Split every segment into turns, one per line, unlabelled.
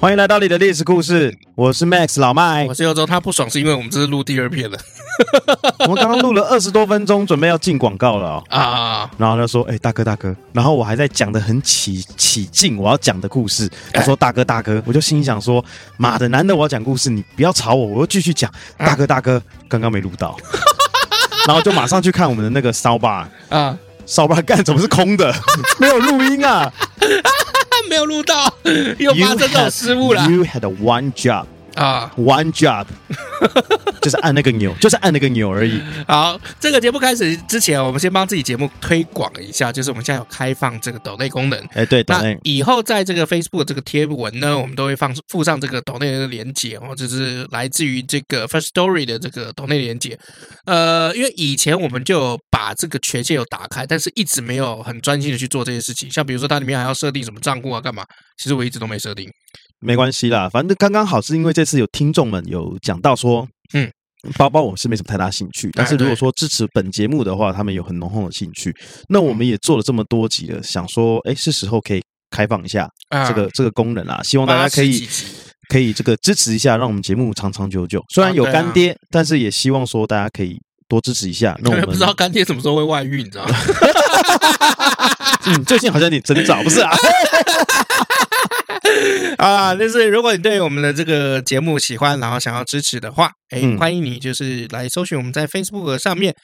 欢迎来到你的历史故事，我是 Max 老麦
我。是欧洲，他不爽是因为我们这是录第二遍了
我们刚刚录了二十多分钟，准备要进广告了、哦。
啊！
然后他说：“哎、大哥，大哥。”然后我还在讲的很起起劲，我要讲的故事。他说：“大哥，大哥。”我就心里想说：“妈的，难得我要讲故事，你不要吵我，我又继续讲。”
啊
大哥，大哥，刚刚没录到。 然后就马上去看我们的那个烧吧，
啊，
烧吧干怎么是空的？ 没有录音啊！
他没有录到， 又发
You
生这种
had-
失误啦
You had one job,
啊！
one job，就是按那个钮，就是按那个钮而已。
好，这个节目开始之前，我们先帮自己节目推广一下，就是我们现在有开放这个抖内功能。
哎，对，
那
对。
以后在这个 Facebook 这个贴文呢，我们都会放附上这个抖内的连接哦，就是来自于这个 First Story 的这个抖内连接。呃，因为以前我们就有把这个权限有打开，但是一直没有很专心的去做这些事情。像比如说它里面还要设定什么账户啊，干嘛？其实我一直都没设定。
没关系啦，反正刚刚好是因为这次有听众们有讲到说，
嗯，哎
包包我是没什么太大兴趣，但是如果说支持本节目的话，他们有很浓厚的兴趣。
嗯
那我们也做了这么多集了，想说，哎，是时候可以开放一下
啊
这个、这个功能啦，希望大家可
80
以
几集
可以这个支持一下，让我们节目长长久久。虽然
啊
有
对啊
干爹，但是也希望说大家可以多支持一下。那我
因
们
为 不知道干爹什么时候会外遇，你知道吗？
嗯，最近好像你真早不 是啊？
啊，但是如果你对我们的这个节目喜欢，然后想要支持的话，哎，
嗯
欢迎你就是来搜寻我们在 Facebook 上面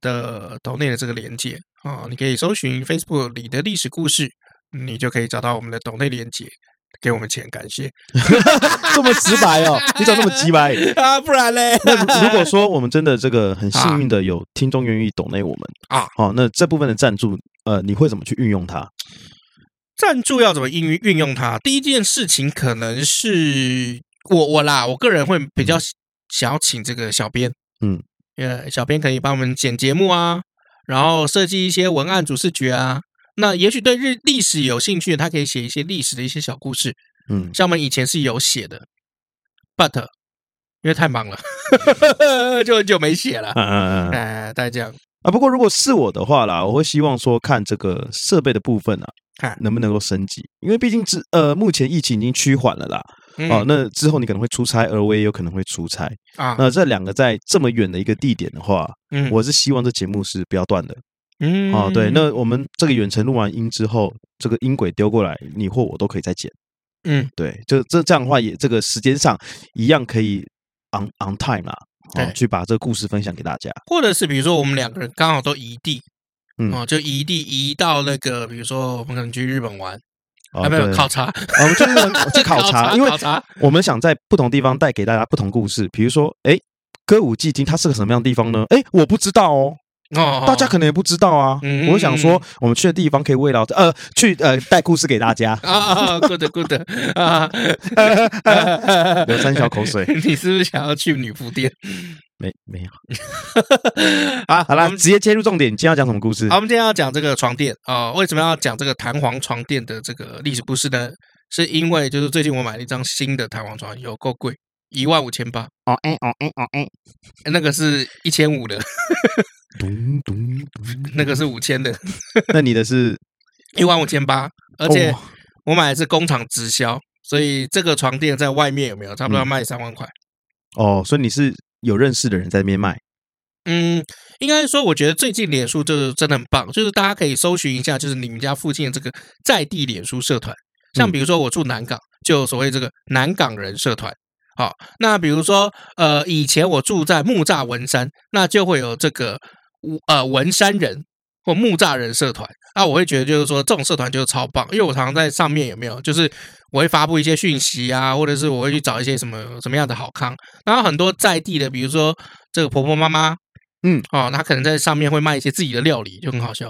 的抖内的这个连接啊、你可以搜寻 Facebook 里的历史故事，你就可以找到我们的抖内连接。给我们钱，感谢
这么直白哦，你怎么那么直白？
啊！不然嘞，
那如果说我们真的这个很幸运的有听众愿意懂内我们
啊，
哦，那这部分的赞助，呃，你会怎么去运用它？
赞助要怎么运运用它？第一件事情可能是我我啦，我个人会比较想要请这个小编，
嗯，
呃，小编可以帮我们剪节目啊，然后设计一些文案主视觉啊。那也许对日历史有兴趣的，他可以写一些历史的一些小故事，
嗯，
像我们以前是有写的，but 因为太忙了， 就很久没写了。
嗯嗯嗯 嗯
哎，大家这样
啊，不过如果是我的话啦，我会希望说看这个设备的部分啊，
看，
能不能够升级，因为毕竟之呃，目前疫情已经趋缓了啦，
嗯
哦，那之后你可能会出差，而我也有可能会出差，
啊，
那这两个在这么远的一个地点的话，
嗯
我是希望这节目是不要断的
嗯
哦，对，那我们这个远程录完音之后，这个音轨丢过来，你或我都可以再剪。
嗯
对，就这这样的话也这个时间上一样可以 on on time 啦，哦
对，
去把这个故事分享给大家。
或者是比如说我们两个人刚好都移地，
嗯
哦，就移地移到那个，比如说我们可能去日本玩，
啊
啊，没有
对
考察，
啊我们就是 我去 考察，因为
考察，
我们想在不同地方带给大家不同故事。比如说，哎，歌舞伎町它是个什么样的地方呢？哎，我不知道哦，
哦，
大家可能也不知道啊。
嗯。
我想说，我们去的地方可以慰劳呃，去呃带故事给大家
啊啊啊，good good 啊，
流三小口水，
你是不是想要去女仆店？
没没 有。
啊，
好啦，
我们
直接切入重点，今天要讲什么故事
好，？我们今天要讲这个床垫啊、为什么要讲这个弹簧床垫的这个历史故事呢？是因为就是最近我买了一张新的弹簧床，有够贵，一万五千八，
哦哎哦哎哦哎，
那个是一千五的，
咚咚咚。
那个是五千的，
那你的是？
一万五千八，而且
哦
我买的是工厂直销，所以这个床垫在外面有没有差不多要卖三万块？
哦，所以你是有认识的人在那边卖
嗯，应该说，我觉得最近脸书就是真的很棒，就是大家可以搜寻一下，就是你们家附近的这个在地脸书社团，像
嗯
比如说我住南港，就有所谓这个南港人社团。好，那比如说，呃，以前我住在木栅文山，那就会有这个呃文山人或木栅人社团。那我会觉得就是说，这种社团就是超棒，因为我常常在上面有没有，就是我会发布一些讯息啊，或者是我会去找一些什么什么样的好康，然后很多在地的，比如说这个婆婆妈妈，
嗯，
哦，她可能在上面会卖一些自己的料理，就很好笑。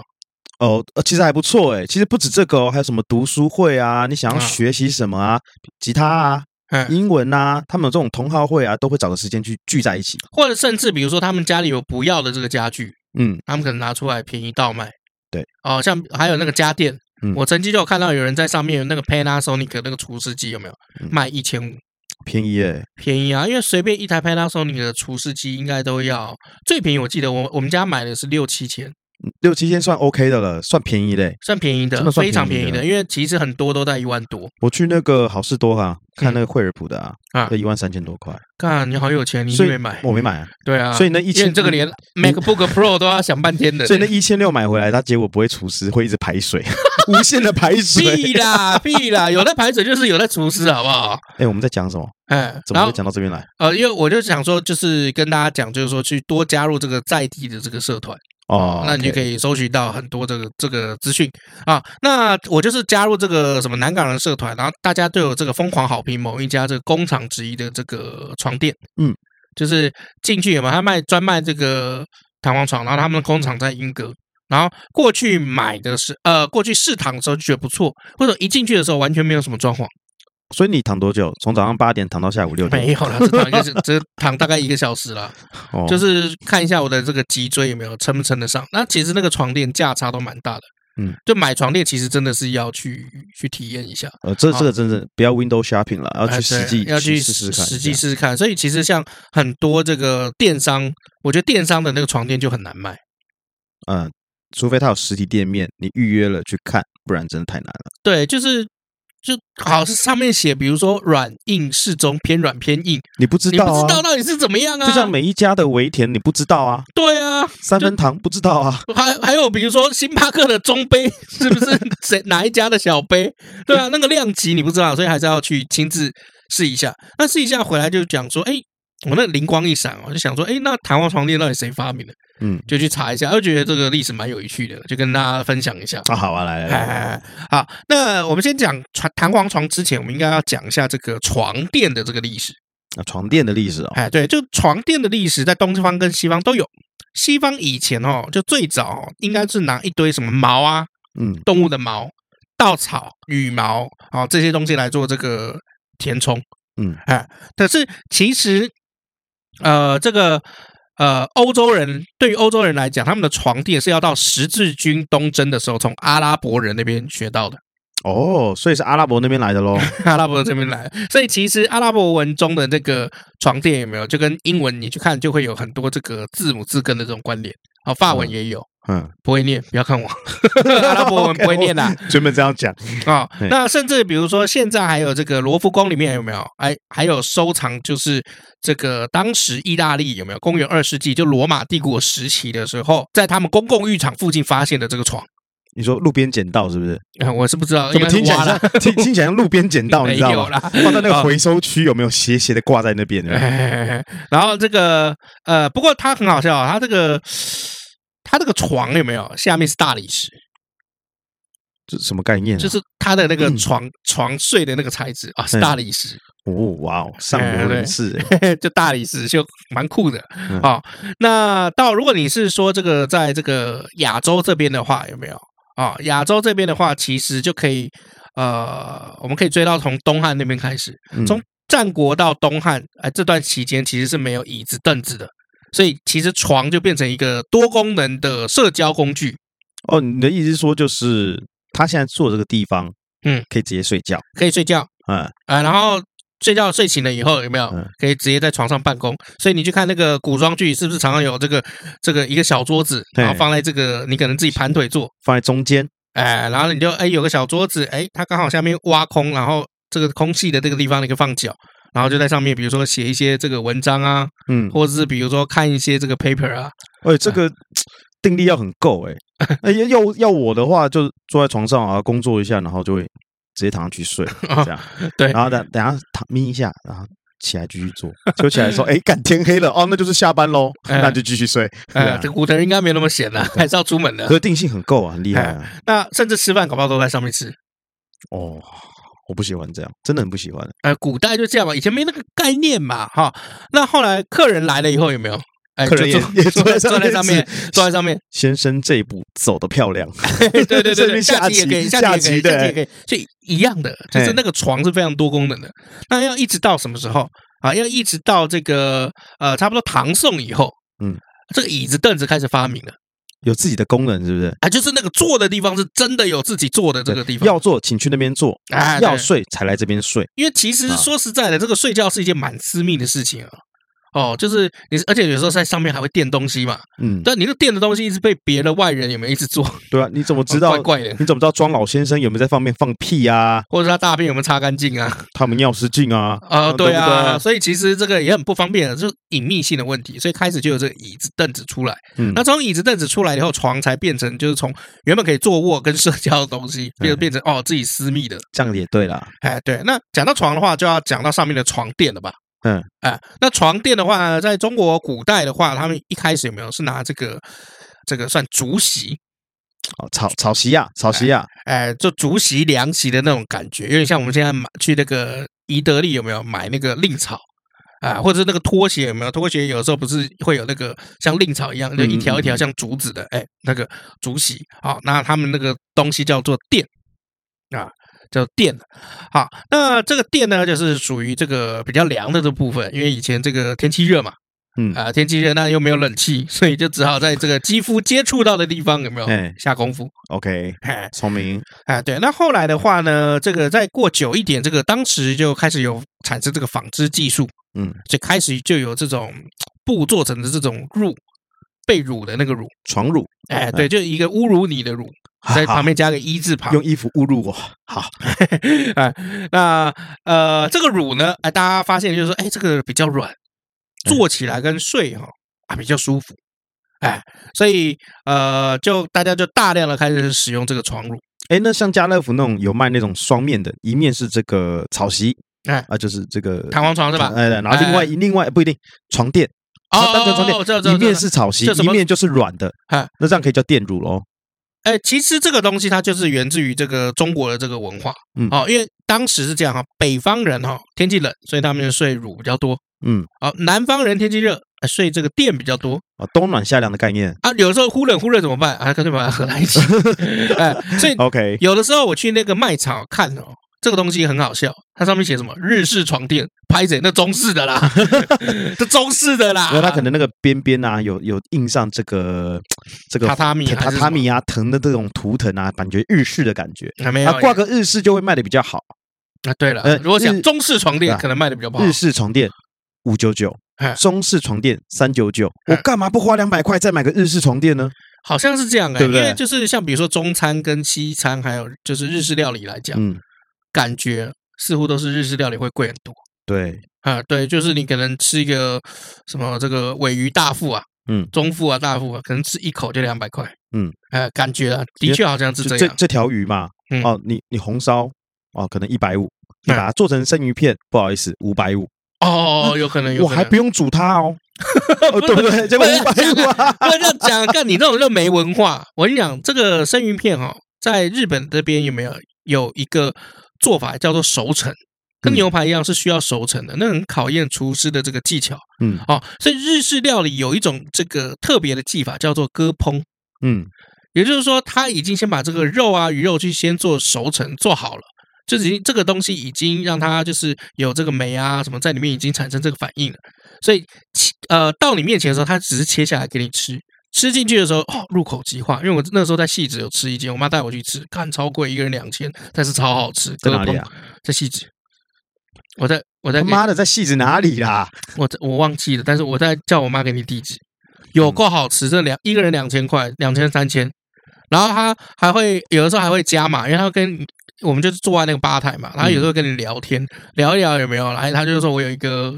哦，呃其实还不错哎。其实不止这个哦，还有什么读书会啊，你想要
啊
学习什么啊，吉他啊、
嗯，
英文啊，他们有这种同好会啊，都会找个时间去聚在一起。
或者甚至比如说他们家里有不要的这个家具，
嗯，
他们可能拿出来便宜倒卖。
对，
哦，像还有那个家电，
嗯
我曾经就有看到有人在上面有那个 Panasonic 那个除湿机有没有
嗯
卖一千五？
便宜哎，
便宜啊，因为随便一台 Panasonic 的除湿机应该都要最便宜，我记得我我们家买的是六七千，
六七千算 OK 的了，算便宜嘞。
算便宜的，
真的算
非常便
便
宜
宜的
的，因为其实很多都在一万多
我去那个好事多啊，看
嗯
那个惠而浦的啊，
啊
要。一万三千多块，
看你好有钱，你
所以
没买？
我没买啊，
对啊，
所以那一
因为
千
这个连 MacBook Pro 都要想半天的，
所以那一千六买回来，它结果不会除湿，会一直排 水，无限的排水。
屁啦屁啦，有在排水就是有在除湿，好不好？
哎，我们在讲什么？
哎，
怎么
然后
会讲到这边来？
呃，因为我就想说，就是跟大家讲，就是说去多加入这个在地的这个社团。
哦，
那你就可
以
以搜寻到很多这个这个资讯啊。那我就是加入这个什么南港人社团，然后大家对我这个疯狂好评某一家这个工厂之一的这个床垫，
嗯，
就是进去有没有他卖专卖这个弹簧床，然后他们的工厂在英格。然后过去买的是呃，过去试躺的时候就觉得不错，或者一进去的时候完全没有什么装潢，
所以你躺多久？从早上八点躺到下午六点？
没有了，这躺一个 小这躺大概一个小时了，
哦，
就是看一下我的这个脊椎有没有撑不撑得上。那其实那个床垫价差都蛮大的，
嗯，
就买床垫其实真的是要去去体验一下，
呃，这
好
这个真的不要 window shopping 了，要
哎
去实
对
际
要去
试试看，
实际试试看。所以其实像很多这个电商，我觉得电商的那个床垫就很难卖。
嗯，除非他有实体店面，你预约了去看，不然真的太难了。
对，就是就好是上面写，比如说软硬适中，偏软偏硬，
你不知
你不
道啊
知，道到底是怎么样啊？
就像每一家的维田，你不知道啊，
对啊，
三分糖不知道啊，
还还有比如说星巴克的中杯 是不是谁哪一家的小杯？对啊，那个量级你不知道，所以还是要去亲自试一下。那试一下回来就讲说，哎，我那灵光一闪，我就想说，哎，那弹簧床垫到底谁发明的？
嗯，
就去查一下，我觉得这个历史蛮有趣的，就跟大家分享一下。
啊好啊，来来
哎
来，
哎，哎好，那我们先讲床弹簧床之前，我们应该要讲一下这个床垫的这个历史。
啊床垫的历史哦，
哎，对，就床垫的历史，在东方跟西方都有。西方以前哦，就最早哦应该是拿一堆什么毛啊，
嗯
动物的毛、稻草、羽毛啊、这些东西来做这个填充。
嗯，
哎，可是其实呃，这个呃，欧洲人对于欧洲人来讲，他们的床垫是要到十字军东征的时候，从阿拉伯人那边学到的，
哦，所以是阿拉伯那边来的喽，
阿拉伯这边来。所以其实阿拉伯文中的这个床垫有没有，就跟英文你去看就会有很多这个字母字根的这种关联。好，法文也有。
嗯，
不会念，不要看我， 阿拉伯文不会 念啦、
专门这样讲，
啊、
对
那甚至比如说现在还有这个罗浮宫里面有没有？哎，还有收藏就是这个当时意大利有没有？公元二世纪就罗马帝国时期的时候，在他们公共浴场附近发现的这个床，
你说路边捡到是不是？
呃我是不知道，
怎么听起来
挖
像
了？
听听起来像路边捡到，你知道
没有
吗
啦？
放在那
啊
个回收区有没有斜斜的挂在那边的？
然后这个呃，不过它很好笑啊，它这个它这个床有没有下面是大理石？
这什么概念啊？
就是它的那个
嗯
床、床睡的那个材质啊，是大理石。
哦哇哦，上
哎
流人士欸，
就大理石就蛮酷的
嗯
哦。那到如果你是说这个在这个亚洲这边的话，有没有啊？亚洲这边的话，其实就可以呃，我们可以追到从东汉那边开始，
嗯
从战国到东汉，哎，这段期间其实是没有椅子凳子的。所以其实床就变成一个多功能的社交工具，
哦，你的意思是说就是他现在住的这个地方，
嗯，
可以直接睡觉，
可以睡觉
嗯，
啊、然后睡觉睡醒了以后有没有
嗯
可以直接在床上办公？所以你去看那个古装剧，是不是常常有这个这个一个小桌子，
对
然后放在这个你可能自己盘腿坐，
放在中间，
哎，然后你就哎有个小桌子，哎，它刚好下面挖空，然后这个空隙的这个地方你可以放脚。然后就在上面，比如说写一些这个文章啊，
嗯，
或者是比如说看一些这个 paper 啊，
哎，这 个定力要很够，哎，哎要要我的话，就坐在床上啊，工作一下，然后就会直接躺上去 睡，这样，
哦对
然后等等下躺眯一下，然后。起来继续做，就起来 说：“哎，干天黑了哦，那就是下班喽，
哎
那就继续睡。对
呃，
啊
这”个古人应该没那么闲的、啊还是要出门的
所。以定性很够啊，很厉害啊！
那甚至吃饭搞不好都在上面吃。
哦，我不喜欢这样，真的很不喜欢。
呃，古代就这样嘛，以前没那个概念嘛，哈。那后来客人来了以后有没有？哎，
客人
就
也
坐
也
坐
坐在
在坐在上
上
面
面，
坐在上面，
先生这一步走得漂亮，
对对对
这
对，
边
下
下
棋也
棋
可以，下
下
棋
棋
也可以，
的
下棋也可以，所以一样的，就是
嘿
那个床是非常多功能的。那要一直到什么时候啊？要一直到这个呃，差不多唐宋以后，
嗯，
这个椅子凳子开始发明了。
有自己的功能，是不是？
啊，就是那个坐的地方是真的有自己坐的这个地方，
要做请去那边做，
哎
要
对
睡才来这边睡。
因为其实
啊
说实在的，这个睡觉是一件蛮私密的事情啊。哦，就是你，而且有时候在上面还会垫东西嘛，
嗯，
但你那个垫的东西一直被别的外人有没有一直做，
对啊，你怎么 知道
哦怪？怪的，
你怎么知道庄老先生有没有在方面放屁啊？
或者他大便有没有擦干净啊？
他们尿失禁啊？
啊、对
对
啊，
不对
所以其实这个也很不方便，啊就是隐秘性的问题，所以开始就有这个椅子凳子出来。
嗯
那从椅子凳子出来以后，床才变成就是从原本可以坐卧跟社交的东西，变
嗯
变成哦自己私密的。
这样也对啦。
哎，对，那讲到床的话，就要讲到上面的床垫了吧？
嗯，
哎，那床垫的话呢，在中国古代的话，他们一开始有没有是拿这个这个算竹席？
好，草草席亚，草席啊亚，
哎，就竹席、凉席的那种感觉，有点像我们现在买去那个宜得利有没有买那个令草啊，或者是那个拖鞋有没有？拖鞋有时候不是会有那个像令草一样，就一条一
嗯
条像竹子的，哎，那个竹席啊，那他们那个东西叫做垫啊。叫垫，好，那这个垫呢，就是属于这个比较凉的这部分，因为以前这个天气热嘛，
嗯
啊、天气热那又没有冷气，所以就只好在这个肌肤接触到的地方有没有
哎
下功夫？
，OK，
哎，
聪明，
啊，对，那后来的话呢，这个再过久一点，这个当时就开始有产生这个纺织技术，
嗯，
所以开始就有这种布做成的这种褥，被褥的那个褥，
床褥，
哎，
嗯
对，就一个侮辱你的辱，在旁边加个一字旁
用，衣服侮辱我，好，
哎，那呃，这个乳呢，哎，大家发现就是说，哎，这个比较软，
嗯
坐起来跟睡哈、啊比较舒服，哎，所以呃，就大家就大量的开始使用这个床褥。
哎，那像家乐福那种有卖那种双面的，一面是这个草席，
哎
啊，就是这个
弹簧床是吧？
哎，对然后另外一另外不一定床垫，它单纯床垫
哦，我知道，知道
一
知道
面是草席，
这什
一
么
面就是软的
哎，
那这样可以叫垫褥喽。
哎，其实这个东西它就是源自于这个中国的这个文化，
嗯
哦，因为当时是这样哈，北方人哈天气冷，所以他们就睡乳比较多，
嗯，
哦，南方人天气热，哎睡这个垫比较多
啊，冬暖夏凉的概念。
啊，有时候忽冷忽热怎么办啊？干脆把它合在一起， 哎，所以
OK，
有的时候我去那个卖场看哦，这个东西很好笑，它上面写什么日式床垫，拍谁那中式的啦， 这中式的啦，
因为它可能那个边边啊，有有印上这个这个
榻榻米还
榻
是
榻米啊，藤的这种图腾啊，感觉日式的感觉。
啊还没有
它啊挂个日式就会卖的比较好，
啊，对了
呃，
如果讲
日
中式床垫
啊
可能卖的比较不好
日。式床垫五九九
哎，
中式床垫三九九，
哎
我干嘛不花两百块再买个日式床垫呢？
好像是这样哎、
对不对
因为就是像比如说中餐跟西餐，还有就是日式料理来讲，
嗯，
感觉似乎都是日式料理会贵很多
对，
啊。对，就是你可能吃一个什么这个尾鱼大腹啊，
嗯
中腹啊、大腹啊，可能吃一口就两百块，
嗯，
呃，感觉啊，的确好像是
就
这
这
样。
这条鱼嘛
嗯，
哦，你你红烧哦，可能一百五，你
嗯
把它做成生鱼片，不好意思，五百五，
哦，有可能，有
我
可能
还不用煮它 哦，哦对不对？结果五百五啊，
不能这样讲，干你这种就没文化。我跟你讲，这个生鱼片哦，在日本这边有没有有一个做法叫做熟成，跟
嗯
牛排一样是需要熟成的，那很考验厨师的这个技巧
嗯
哦。所以日式料理有一种这个特别的技法叫做割烹，
嗯，
也就是说，他已经先把这个肉啊鱼肉去先做熟成做好了。就是已经这个东西已经让它就是有这个酶啊什么在里面已经产生这个反应了，所以切呃到你面前的时候，它只是切下来给你吃，吃进去的时候哦入口即化。因为我那时候在戏子有吃一间，我妈带我去吃，看超贵，一个人两千，但是超好吃。
在哪里啊？
在戏子。我在我在
他妈的在戏子哪里啦？
我在我忘记了，但是我在叫我妈给你地址，有够好吃，这两一个人两千块，两千三千，然后他还会有的时候还会加码，因为他跟我们就是坐在那个吧台嘛，然后有时候跟你聊天、聊一聊有没有，然后他就说我有一个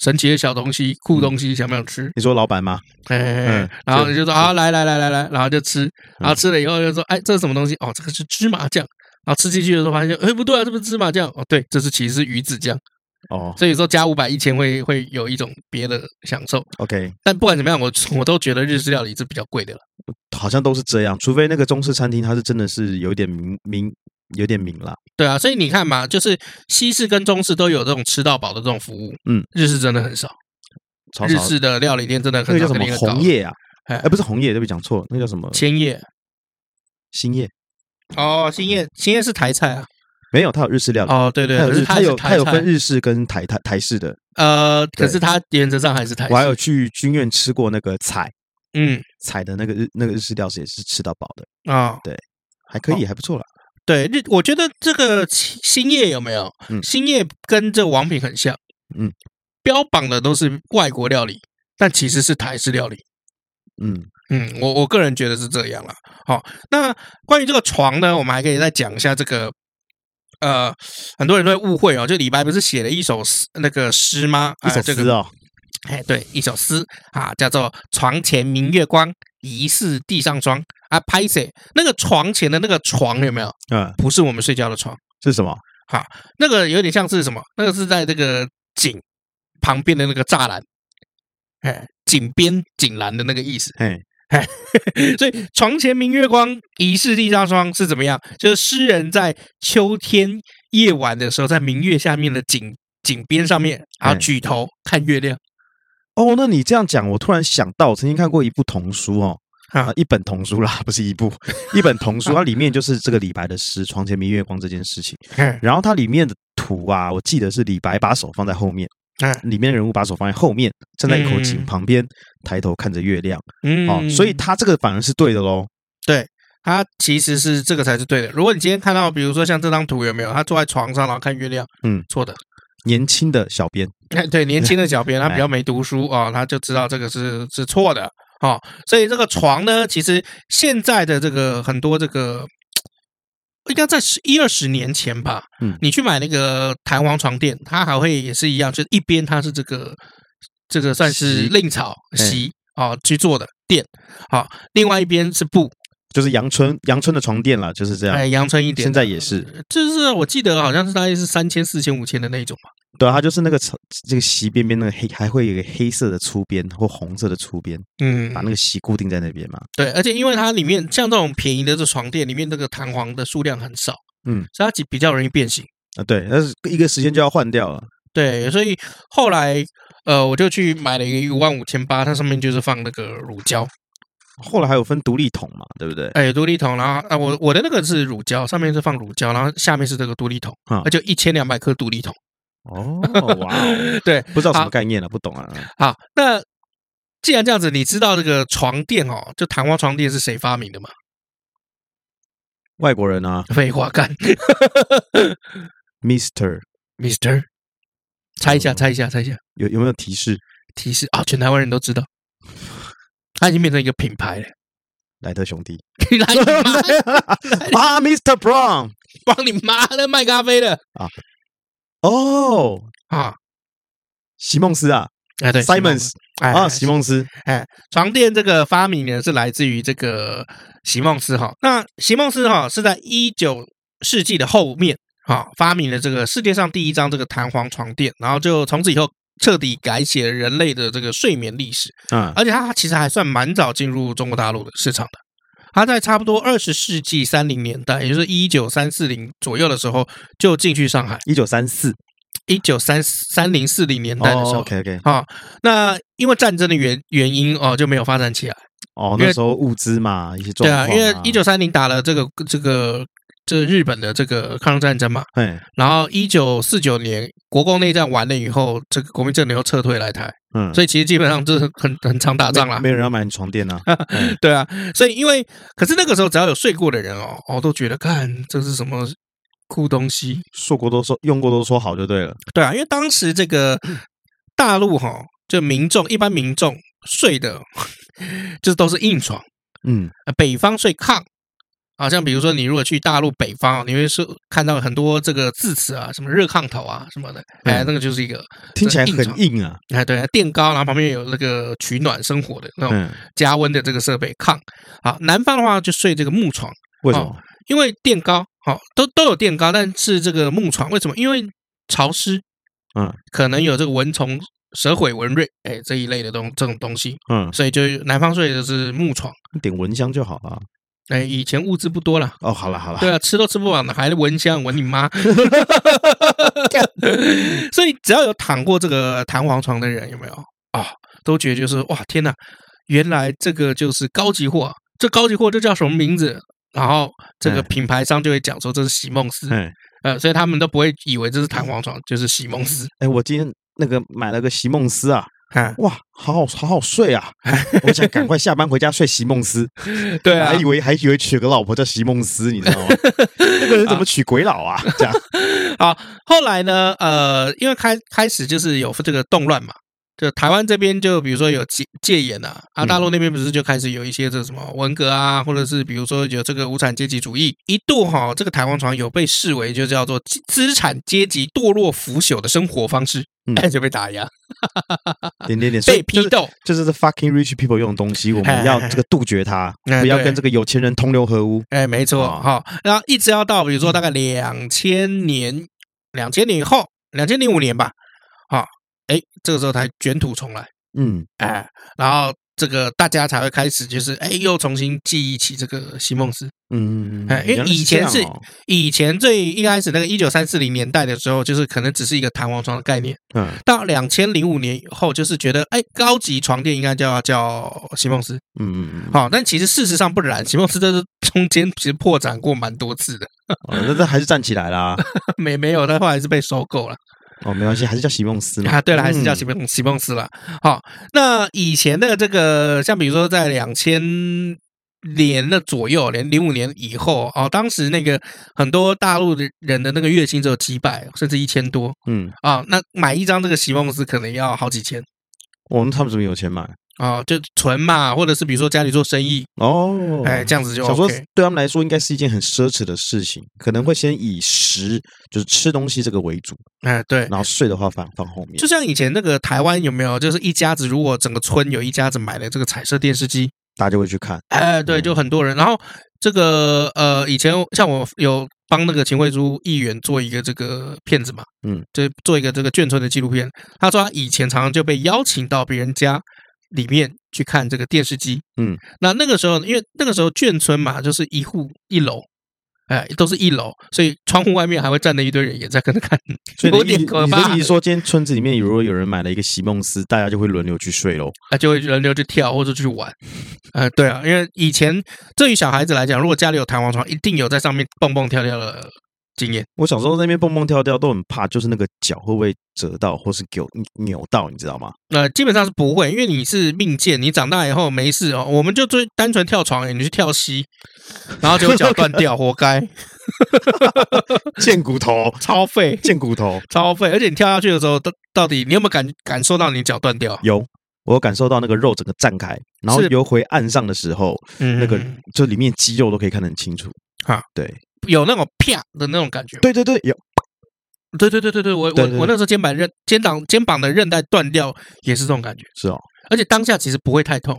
神奇的小东西、酷东西，想不想吃？
你说老板吗？
哎哎，哎哎
嗯
然后
就
你就说啊，来来来来来，然后就吃，然后吃了以后就说，哎，这是什么东西？哦，这个是芝麻酱。然后吃进去的时候发现，哎，不对啊，这不是芝麻酱哦，对，这是其实是鱼子酱。
哦
所以说加五百一千会会有一种别的享受。
，OK，
但不管怎么样，我 我都觉得日式料理是比较贵的了。
好像都是这样，除非那个中式餐厅它是真的是有点名名有点名啦。
对啊，所以你看嘛，就是西式跟中式都有这种吃到饱的这种服务，
嗯，
日式真的很少，
超
日
少
式的料理店真的
那
很
个
少
叫
肯
什
定
么
很高，
红叶啊？
哎
哎，不是红叶，对不起，讲错了，那叫什么
千叶
新叶？
哦，新叶新叶是台菜啊，
没有，它有日式料理，
哦对对，
它有
可是
日，它
是
有
台
它有
菜
分日式跟台台台式的。
呃，可
对
是它原则上还是台
我还
菜。
有去军院吃过那个菜，
嗯
采的那个日那个日式料理也是吃到饱的，
啊、
还可
哦
以，还不错啦。
对，日我觉得这个新兴业有没有？
嗯
兴业跟这王品很像，
嗯，
标榜的都是外国料理，但其实是台式料理。
嗯，
嗯，我我个人觉得是这样啦。好、那关于这个床呢，我们还可以再讲一下这个。呃，很多人都会误会哦，就李白不是写了一首诗，那个诗吗？
一
啊
首
这
诗
个
哦，
哎，对，一首诗啊，叫做“床前明月光，疑是地上霜”啊，拍谁？那个床前的那个床有没有？
嗯，
不是我们睡觉的床，
是什么？
那个有点像是什么？那个是在这个井旁边的那个栅栏，哎，井边井栏的那个意思。
嘿，
所以“床前明月光，疑是地上霜”是怎么样？就是诗人在秋天夜晚的时候，在明月下面的井井边上面，然后
哎
举头看月亮。
哦，那你这样讲，我突然想到，我曾经看过一部童书哦，
啊
啊，一本童书啦，不 是一部，一本童书，它里面就是这个李白的诗《床前明月光》这件事情。
嗯
然后它里面的图啊，我记得是李白把手放在后面，
嗯
里面的人物把手放在后面，站在一口井
嗯
旁边，抬头看着月亮。
嗯
哦，所以他这个反而是对的喽。
它其实是这个才是对的。如果你今天看到，比如说像这张图有没有？他坐在床上然后看月亮，
嗯，
错的。
年轻的小编，
哎对，年轻的小编他
哎
比较没读书啊、哦，他就知道这个是是错的哦。所以这个床呢，其实现在的这个很多这个，应该在十一二十年前吧，
嗯
你去买那个弹簧床垫，它还会也是一样，就是一边它是这个这个算是
席
令草
哎
席哦去做的垫，好、另外一边是布，
就是阳春阳春的床垫啦，就是这样。
哎，阳春一
啊
点
现
的。呃
在也是，
就是我记得好像是大概是三千、四千、五千的那一种吧。
对啊，它就是那个草这个席边边那个黑，还会有一个黑色的粗边或红色的粗边，
嗯
把那个席固定在那边嘛。
对，而且因为它里面像这种便宜的这床垫，里面这个弹簧的数量很少，
嗯，
所以它比比较容易变形。
啊，对，但是一个时间就要换掉了。
对，所以后来呃，我就去买了一个一万五千八，它上面就是放那个乳胶，
后来还有分独立桶嘛，对不对？
哎，独立桶，然后啊，我我的那个是乳胶，上面是放乳胶，然后下面是这个独立桶，
嗯
那就一千两百颗独立桶。
哦，哇 哦，
对，
不知道什
好
么概念了，不懂啊。
好，那既然这样子，你知道这个床垫哦，就弹簧床垫是谁发明的吗？
外国人啊
废话干。
，Mister
Mister，猜一下，
嗯
猜一下，猜一下，
有有没有提示？
提示啊、全台湾人都知道，它已经变成一个品牌 了。
莱特兄弟
你来 你妈，
啊，Mr. Brown
帮你妈的卖咖啡的
哦，
啊！
席梦思啊
哎，对
，Simons
哎
啊，
哎
席梦思，
床垫这个发明呢，是来自于这个席梦思哈。那席梦思哈是在一九世纪的后面哈发明了这个世界上第一张这个弹簧床垫，然后就从此以后彻底改写了人类的这个睡眠历史。
嗯，
而且它其实还算蛮早进入中国大陆的市场的。它在差不多二十世纪三零年代，也就是一九三四零左右的时候，就进去上海。
一九三四，
一九三三零四零年代的时
哦
候，
，OK OK，
啊，那因为战争的原原因哦，就没有发展起来。
哦，
因
那
为
时候物资嘛，一些状
对
况
啊，
啊，
因为一九三零打了这个这个这日本的这个抗日战争嘛，
嘿，
然后一九四九年国共内战完了以后，这个国民政府又撤退来台，
嗯，
所以其实基本上就是很很常打仗啦。
没有人要买你床 垫啊，
对啊，所以因为可是那个时候只要有睡过的人哦，哦都觉得看这是什么酷东西。
说过都说，用过都说好就对了，
对啊，因为当时这个大陆哈、就民众一般民众睡的， 就是都是硬床，
嗯，
呃北方睡炕。好像比如说，你如果去大陆北方哦，你会是看到很多这个字词啊，什么热炕头啊什么的，
嗯
哎，那个就是一个
听起来
硬
很
床
硬啊，
哎，对，垫高，然后旁边有那个取暖生火的那种
嗯，
加温的这个设备炕。好，南方的话就睡这个木床，
为什
哦
么？
因为垫高，好、都都有垫高，但是这个木床为什么？因为潮湿，
嗯，
可能有这个蚊虫、蛇毁、蚊瑞，哎，这一类的东这种东西，
嗯，
所以就南方睡的是木床。
点蚊香就好了啊。
哎，以前物资不多啦，
哦，好了好了，
对啊，吃都吃不完了，还蚊香，闻 你妈！ 所以只要有躺过这个弹簧床的人，有没有啊、都觉得就是哇，天哪，原来这个就是高级货啊、这高级货这叫什么名字？然后这个
嗯
品牌商就会讲说这是席梦思，
哎
呃，所以他们都不会以为这是弹簧床，就是席梦思。
哎，我今天那个买了个席梦思啊，
啊，
哇，好好好好睡啊！ 我想赶快下班回家睡席梦思，
对啊
还，以为还以为娶个老婆叫席梦思，你知 道吗？那个人怎么娶鬼佬啊？这样
好，后来呢，呃，因为开开始就是有这个动乱嘛，就台湾这边就比如说有戒戒严啊，啊，
嗯
大陆那边不是就开始有一些这什么文革啊，或者是比如说有这个无产阶级主义，一度哈、这个台湾船有被视为就叫做资资产阶级堕落腐朽的生活方式，
嗯
哎就被打压、
点点点所以
啊被
就
批
是
斗，
这就是 fucking rich people 用的东西，我
哎
们要这个杜绝它，
哎
不要
对
跟这个有钱人同流合污。
哎，没错，
哦
哈、然后一直要到比如说大概两千年，两千年以后，两千零五年吧，好、哎，这个时候才卷土重来。
嗯，
哎，然后这个大家才会开始就是哎，又重新记忆起这个席梦思。
嗯，嗯
哎
嗯
因为以前是
原来这样哦
以前最一开始那个一九三四零年代的时候，就是可能只是一个弹簧床的概念，
嗯
到两千零五年以后，就是觉得哎，高级床垫应该叫叫席梦思。
嗯嗯，嗯
好、但其实事实上不然，席梦思这是中间其实破产过蛮多次的，
哦那那还是站起来啦。
没没有，但后来是被收购了。
哦，没关系，还是叫席梦思嘛。
啊，对了，还是叫
嗯
席梦席梦思了。好，那以前的这个，像比如说在两千年的左右，零零五年以后哦，当时那个很多大陆的人的那个月薪只有几百，甚至一千多
嗯，
啊、那买一张这个席梦思可能要好几千
我们哦他们怎么有钱买？
啊、就存嘛，或者是比如说家里做生意，
哦，
哎，这样子就
想说
OK。
对他们来说应该是一件很奢侈的事情，可能会先以食就是吃东西这个为主，
哎，对。
然后睡的话放放后面
就。像以前那个台湾有没有，就是一家子，如果整个村有一家子买了这个彩色电视机，
大家会去看，
哎，对，
嗯
就很多人。然后这个呃，以前像我有帮那个秦惠珠议员做一个这个片子嘛，
嗯，
就做一个这个眷村的纪录片。他说他以前常常就被邀请到别人家里面去看这个电视机，
嗯，
那那个时候因为那个时候眷村嘛，就是一户一楼。哎，都是一楼，所以窗户外面还会站着一堆人，也在跟着看，
所以
有
你的
点
意
可
你的
怕欸
意思。说，今天村子里面如果有人买了一个席梦思，大家就会轮流去睡喽。
啊，就会轮流去跳或者去玩。呃，对啊，因为以前对于小孩子来讲，如果家里有弹簧床，一定有在上面蹦蹦跳跳的经验。
我小时候在那边蹦蹦跳跳都很怕，就是那个脚会不会折到或是扭扭到，你知 道吗？
呃，基本上是不会，因为你是命贱，你长大以后没事哦。我们就最单纯跳床欸而已，你去跳溪，然后结果脚断掉，活该，
贱骨头，
超费，
贱骨头，
超费。而且你跳下去的时候，到到底你有没有感感受到你脚断掉？啊
有。我有感受到那个肉整个绽开，然后
是
游回岸上的时候，
嗯
那个就里面肌肉都可以看得很清楚。
啊，
对，
有那种啪的那种感觉吗。
对对对，有
对对对对对，我我
对对
我那时候肩膀韧肩膀肩膀的韧带断掉，也是这种感觉。
是哦，
而且当下其实不会太痛。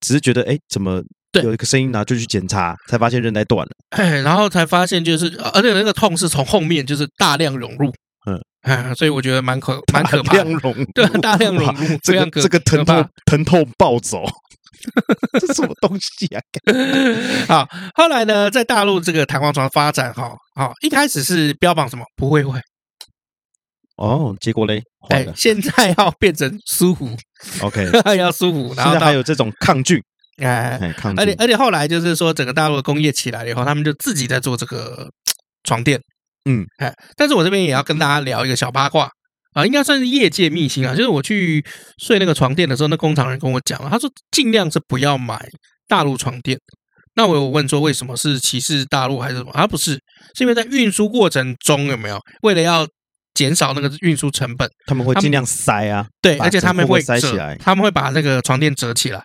只是觉得哎，诶怎么
对
有一个声音，然后就去检查，才发现韧带断了。
哎，然后才发现就是，呃而且那个痛是从后面就是大量涌入，
嗯
啊，所以我觉得蛮可蛮可怕
大
的
量，融入，
对，啊大量涌
哇
入，
这
非常
个这
可
个疼
可怕
痛疼痛暴走，这什么东西 啊？
啊。后来呢，在大陆这个弹簧床发展哈，好、一开始是标榜什么不会会，
哦，结果嘞，坏
哎
了，。
现在要变成舒服，
OK，
要舒服，
哎现
然后
在还
到
有这种抗菌，
哎，
哎，抗
而且
菌，
而且后来就是说，整个大陆的工业起来了以后，他们就自己在做这个床垫。
嗯，
哎，但是我这边也要跟大家聊一个小八卦啊，应该算是业界秘辛啊。就是我去睡那个床垫的时候，那工厂人跟我讲了，他说尽量是不要买大陆床垫。那我有问说为什么是歧视大陆还是什么？他不是，是因为在运输过程中有没有为了要减少那个运输成本，
他们会
他们
尽量塞啊，
对，
把
而且他们
整个
会
塞起
折
来
他们会把那个床垫折起来。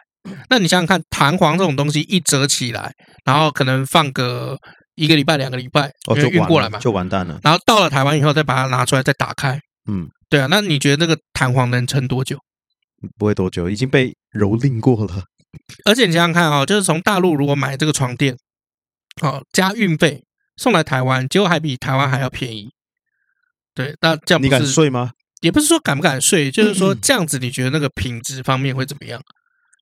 那你想想看，弹簧这种东西一折起来，然后可能放个一个礼拜、两个礼拜，
哦，
因
就
为运
完
过
了
来嘛。
就完蛋了。
然后到了台湾以后，再把它拿出来，再打开。
嗯，
对啊。那你觉得那个弹簧能撑多久？
不会多久，已经被蹂躏过了。
而且你想想看啊、就是从大陆如果买这个床垫，哦，加运费送来台湾，结果还比台湾还要便宜。对，那这样
你
不
敢
是
睡吗？
也不是说敢不敢睡，就是
嗯
说这样子，你觉得那个品质方面会怎么样？啊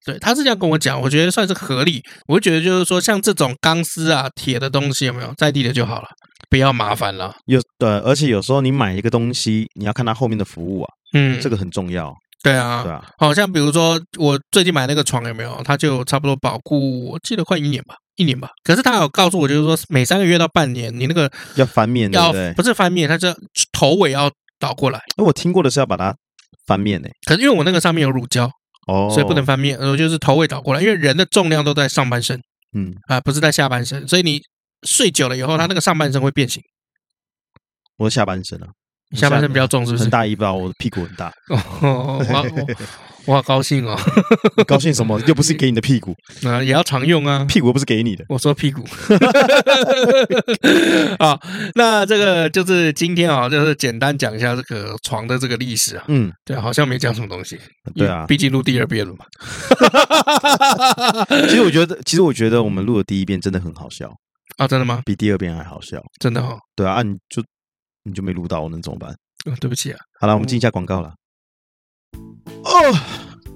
对，他是这样跟我讲，我觉得算是合理。我会觉得就是说，像这种钢丝啊、铁的东西，有没有在地的就好了，不要麻烦了。
有呃，而且有时候你买一个东西，你要看它后面的服务啊，
嗯，
这个很重要，
对啊，
对啊，
好像比如说我最近买那个床有没有？它就差不多保固，我记得快一年吧，一年吧。可是他有告诉我，就是说每三个月到半年，你那个
要翻面，对
要
不对？
不是翻面，它是头尾要倒过来。
那我听过的是要把它翻面呢、
可是因为我那个上面有乳胶，
哦，
所以不能翻面，我就是头位倒过来，因为人的重量都在上半身
嗯，
啊、不是在下半身，所以你睡久了以后，它那个上半身会变形，
我下半身啊，
下半身比较重，是不是
很？大一 包，我的屁股很大，
哦，我 我我好高兴哦，
你高兴什么？又不是给你的屁股，
啊，也要常用啊。
屁股又不是给你的。
我说屁股 啊，那这个就是今天啊，就是简单讲一下这个床的这个历史啊。
嗯，
对啊，好像没讲什么东西。
对啊
毕竟录第二遍了嘛。
其实我觉得，其实我觉得我们录的第一遍真的很好笑，
啊，真的吗？
比第二遍还好笑。
真的哦，
对啊，啊你就你就没录到，我能怎么办？
嗯对不起啊。
好了，我们进一下广告了。哦，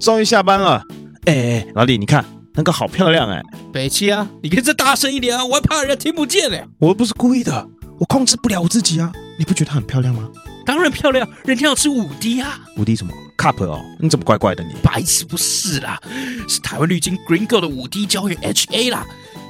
终于下班了。哎、哎，老李，你看那个好漂亮哎、
北七啊，你可以再大声一点啊，我还怕人家听不见呢。
我又不是故意的，我控制不了我自己啊。你不觉得很漂亮吗？
当然漂亮，人家要吃五滴啊。
五 D 什么 cup 哦？你怎么怪怪的你？
白痴不是啦，是台湾绿金 Green Gold 的五 D 胶原 HA 啦。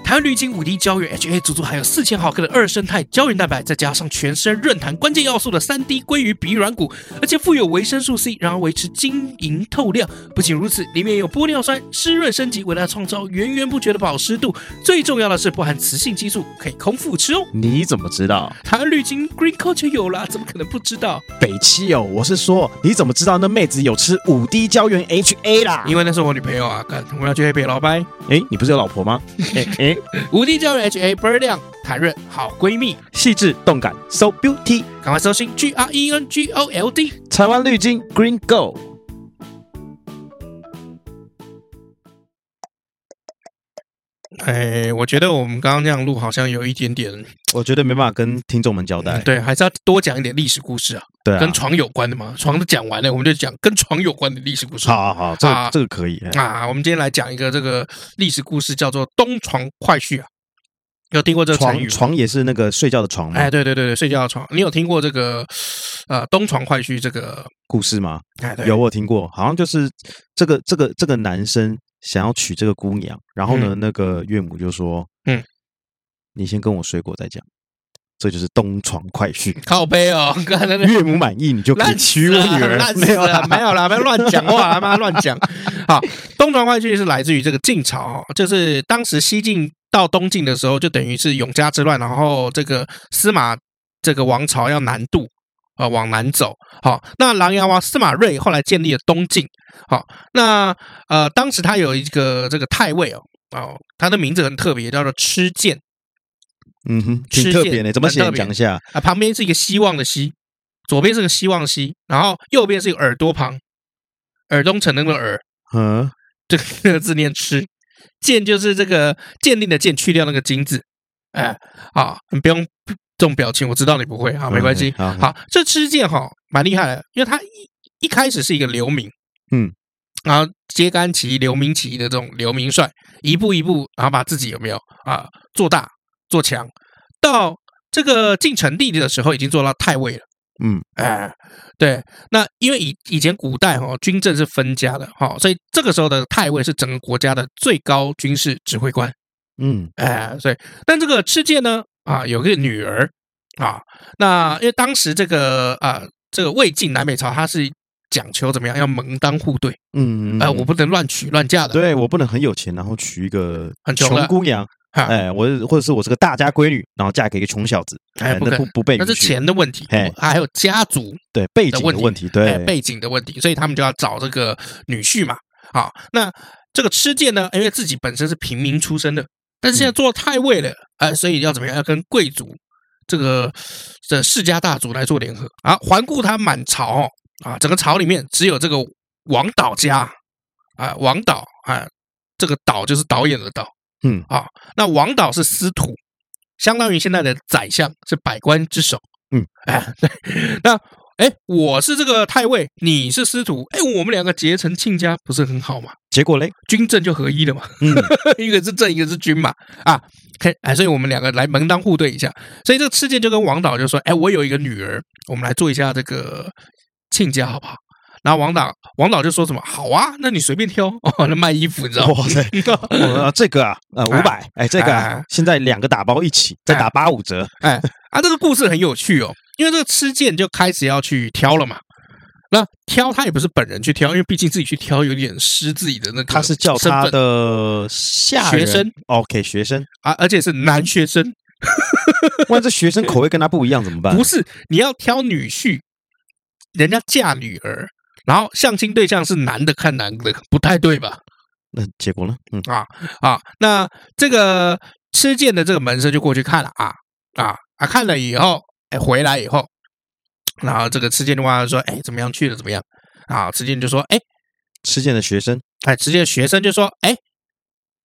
台湾绿金五 D 胶原 HA 足足含有四千毫克的二生态胶原蛋白，再加上全身润弹关键要素的三 D 鲑鱼鼻软骨，而且富有维生素 C，然而维持晶莹透亮。不仅如此，里面有玻尿酸湿润升级，为它创造源源不绝的保湿度。最重要的是，不含雌性激素，可以空腹吃哦。
你怎么知道？
台湾绿金 Green Gold 就有啦，怎么可能不知道？
北七哦，我是说，你怎么知道那妹子有吃五 D 胶原 HA 啦？
因为那是我女朋友啊，干，我要去黑别老白。
哎、你不是有老 婆吗？哎哎、
无敌胶原 HA 倍儿亮，弹润好闺蜜，
细致动感，so beauty，
赶快搜寻 G R E N G O L D。
台湾绿金 Green Go。
哎，我觉得我们刚刚那样录好像有一点点，
我觉得没办法跟听众们交代。
对，还是要多讲一点历史故事啊，
对啊
跟，床有关的嘛。床都讲完了，我们就讲跟床有关的历史故事。
好好好，这
啊
个这个可以。哎
啊，我们今天来讲一个这个历史故事，叫做“东床快婿”啊，有听过这个成语
床床
吗？
也是那个睡觉的床吗？
哎，对对对对，睡觉的床，你有听过这个呃“东床快婿”这个？
故事吗？
哎，对
有我有听过，好像就是这个这个这个男生想要娶这个姑娘，然后呢，那个岳母就说：“
嗯，
你先跟我睡过再讲。”这就是东床快婿，
靠背哦， 刚才那个
岳母满意你就可以
烂
娶我女儿，
啊烂死了
没有啦，
没有啦，不要乱讲话，他 妈乱讲。好，东床快婿是来自于这个晋朝哦，就是当时西晋到东晋的时候，就等于是永嘉之乱，然后这个司马这个王朝要南渡。啊、往南走。好、那琅琊王司马睿后来建立了东晋。好、那呃，当时他有一个这个太尉哦，哦，他的名字很特别，叫做郗建
嗯哼，
吃
挺特别
见
的，怎么
蛮特
写？
别
讲一下。
啊，旁边是一个希望的希，左边是个希望希，然后右边是一个耳朵旁，耳东城那个耳，
嗯，
这个 这个字念吃，建就是这个鉴定的建，去掉那个金字，哎，好，你不用这种表情，我知道你不会啊，没关系。
嗯好
好，这吃剑哈蛮厉害的，因为他一一开始是一个流民，
嗯，
然后揭竿起义、流民起义的这种流民帅，一步一步，然后把自己有没有啊做大做强，到这个晋成帝的时候已经做到太尉了。
嗯，
哎，对，那因为以以前古代哦，军政是分家的哈、哦，所以这个时候的太尉是整个国家的最高军事指挥官。
嗯
哎，所以但这个赤剑呢啊，有个女儿啊，那因为当时这个啊，这个魏晋南北朝它是讲求怎么样，要门当户对，
嗯，
哎、我不能乱娶乱嫁的，
对我不能很有钱，然后娶一个
很穷
穷
的
姑娘，
哈
哎，我或者是我是个大家闺女，然后嫁给一个穷小子，
哎
哎，
不
那
可
不不被
那
允
是
许，
钱的问题
嘿，
还有家族
对背景
问
的
题
问题，
哎
对，
背景的问题，所以他们就要找这个女婿嘛。好，那这个吃剑呢，因为自己本身是平民出身的，但
嗯
是现在做太尉了，哎，所以要怎么样？要跟贵族这个这世家大族来做联合啊。环顾他满朝哦啊，整个朝里面只有这个王导家啊，王导啊，这个导就是导演的导，
嗯
啊，那王导是司徒，相当于现在的宰相，是百官之首。
嗯，
哎，对，那哎，我是这个太尉，你是司徒，哎，我们两个结成亲家，不是很好吗？
结果嘞，
军政就合一了嘛，
嗯
一个是政，一个是军嘛，啊，嘿，哎，所以我们两个来门当户对一下。所以这个赤剑就跟王导就说，哎，我有一个女儿，我们来做一下这个亲家好不好？然后王导王导就说什么好啊，那你随便挑哦，那卖衣服你知道吗？
哇 塞，我这个啊，呃，五百，哎，这个啊
哎
现在两个打包一起，再打八五折，
啊哎，啊，这个故事很有趣哦，因为这个吃剑就开始要去挑了嘛。那挑他也不是本人去挑，因为毕竟自己去挑有点失自己的那个。
他是叫他的下
学
人
生
，OK，学生。
啊，而且是男学生，
万一这学生口味跟他不一样怎么办？
不是你要挑女婿，人家嫁女儿，然后相亲对象是男的看男的，不太对吧？
那结果呢？嗯，
啊，那这个吃剑的这个门生就过去看了啊啊啊，看了以后，哎，回来以后，然后这个吃剑的话说，哎，怎么样去了？怎么样？啊，吃剑就说，哎
吃剑的学生，
哎，吃剑学生就说，哎，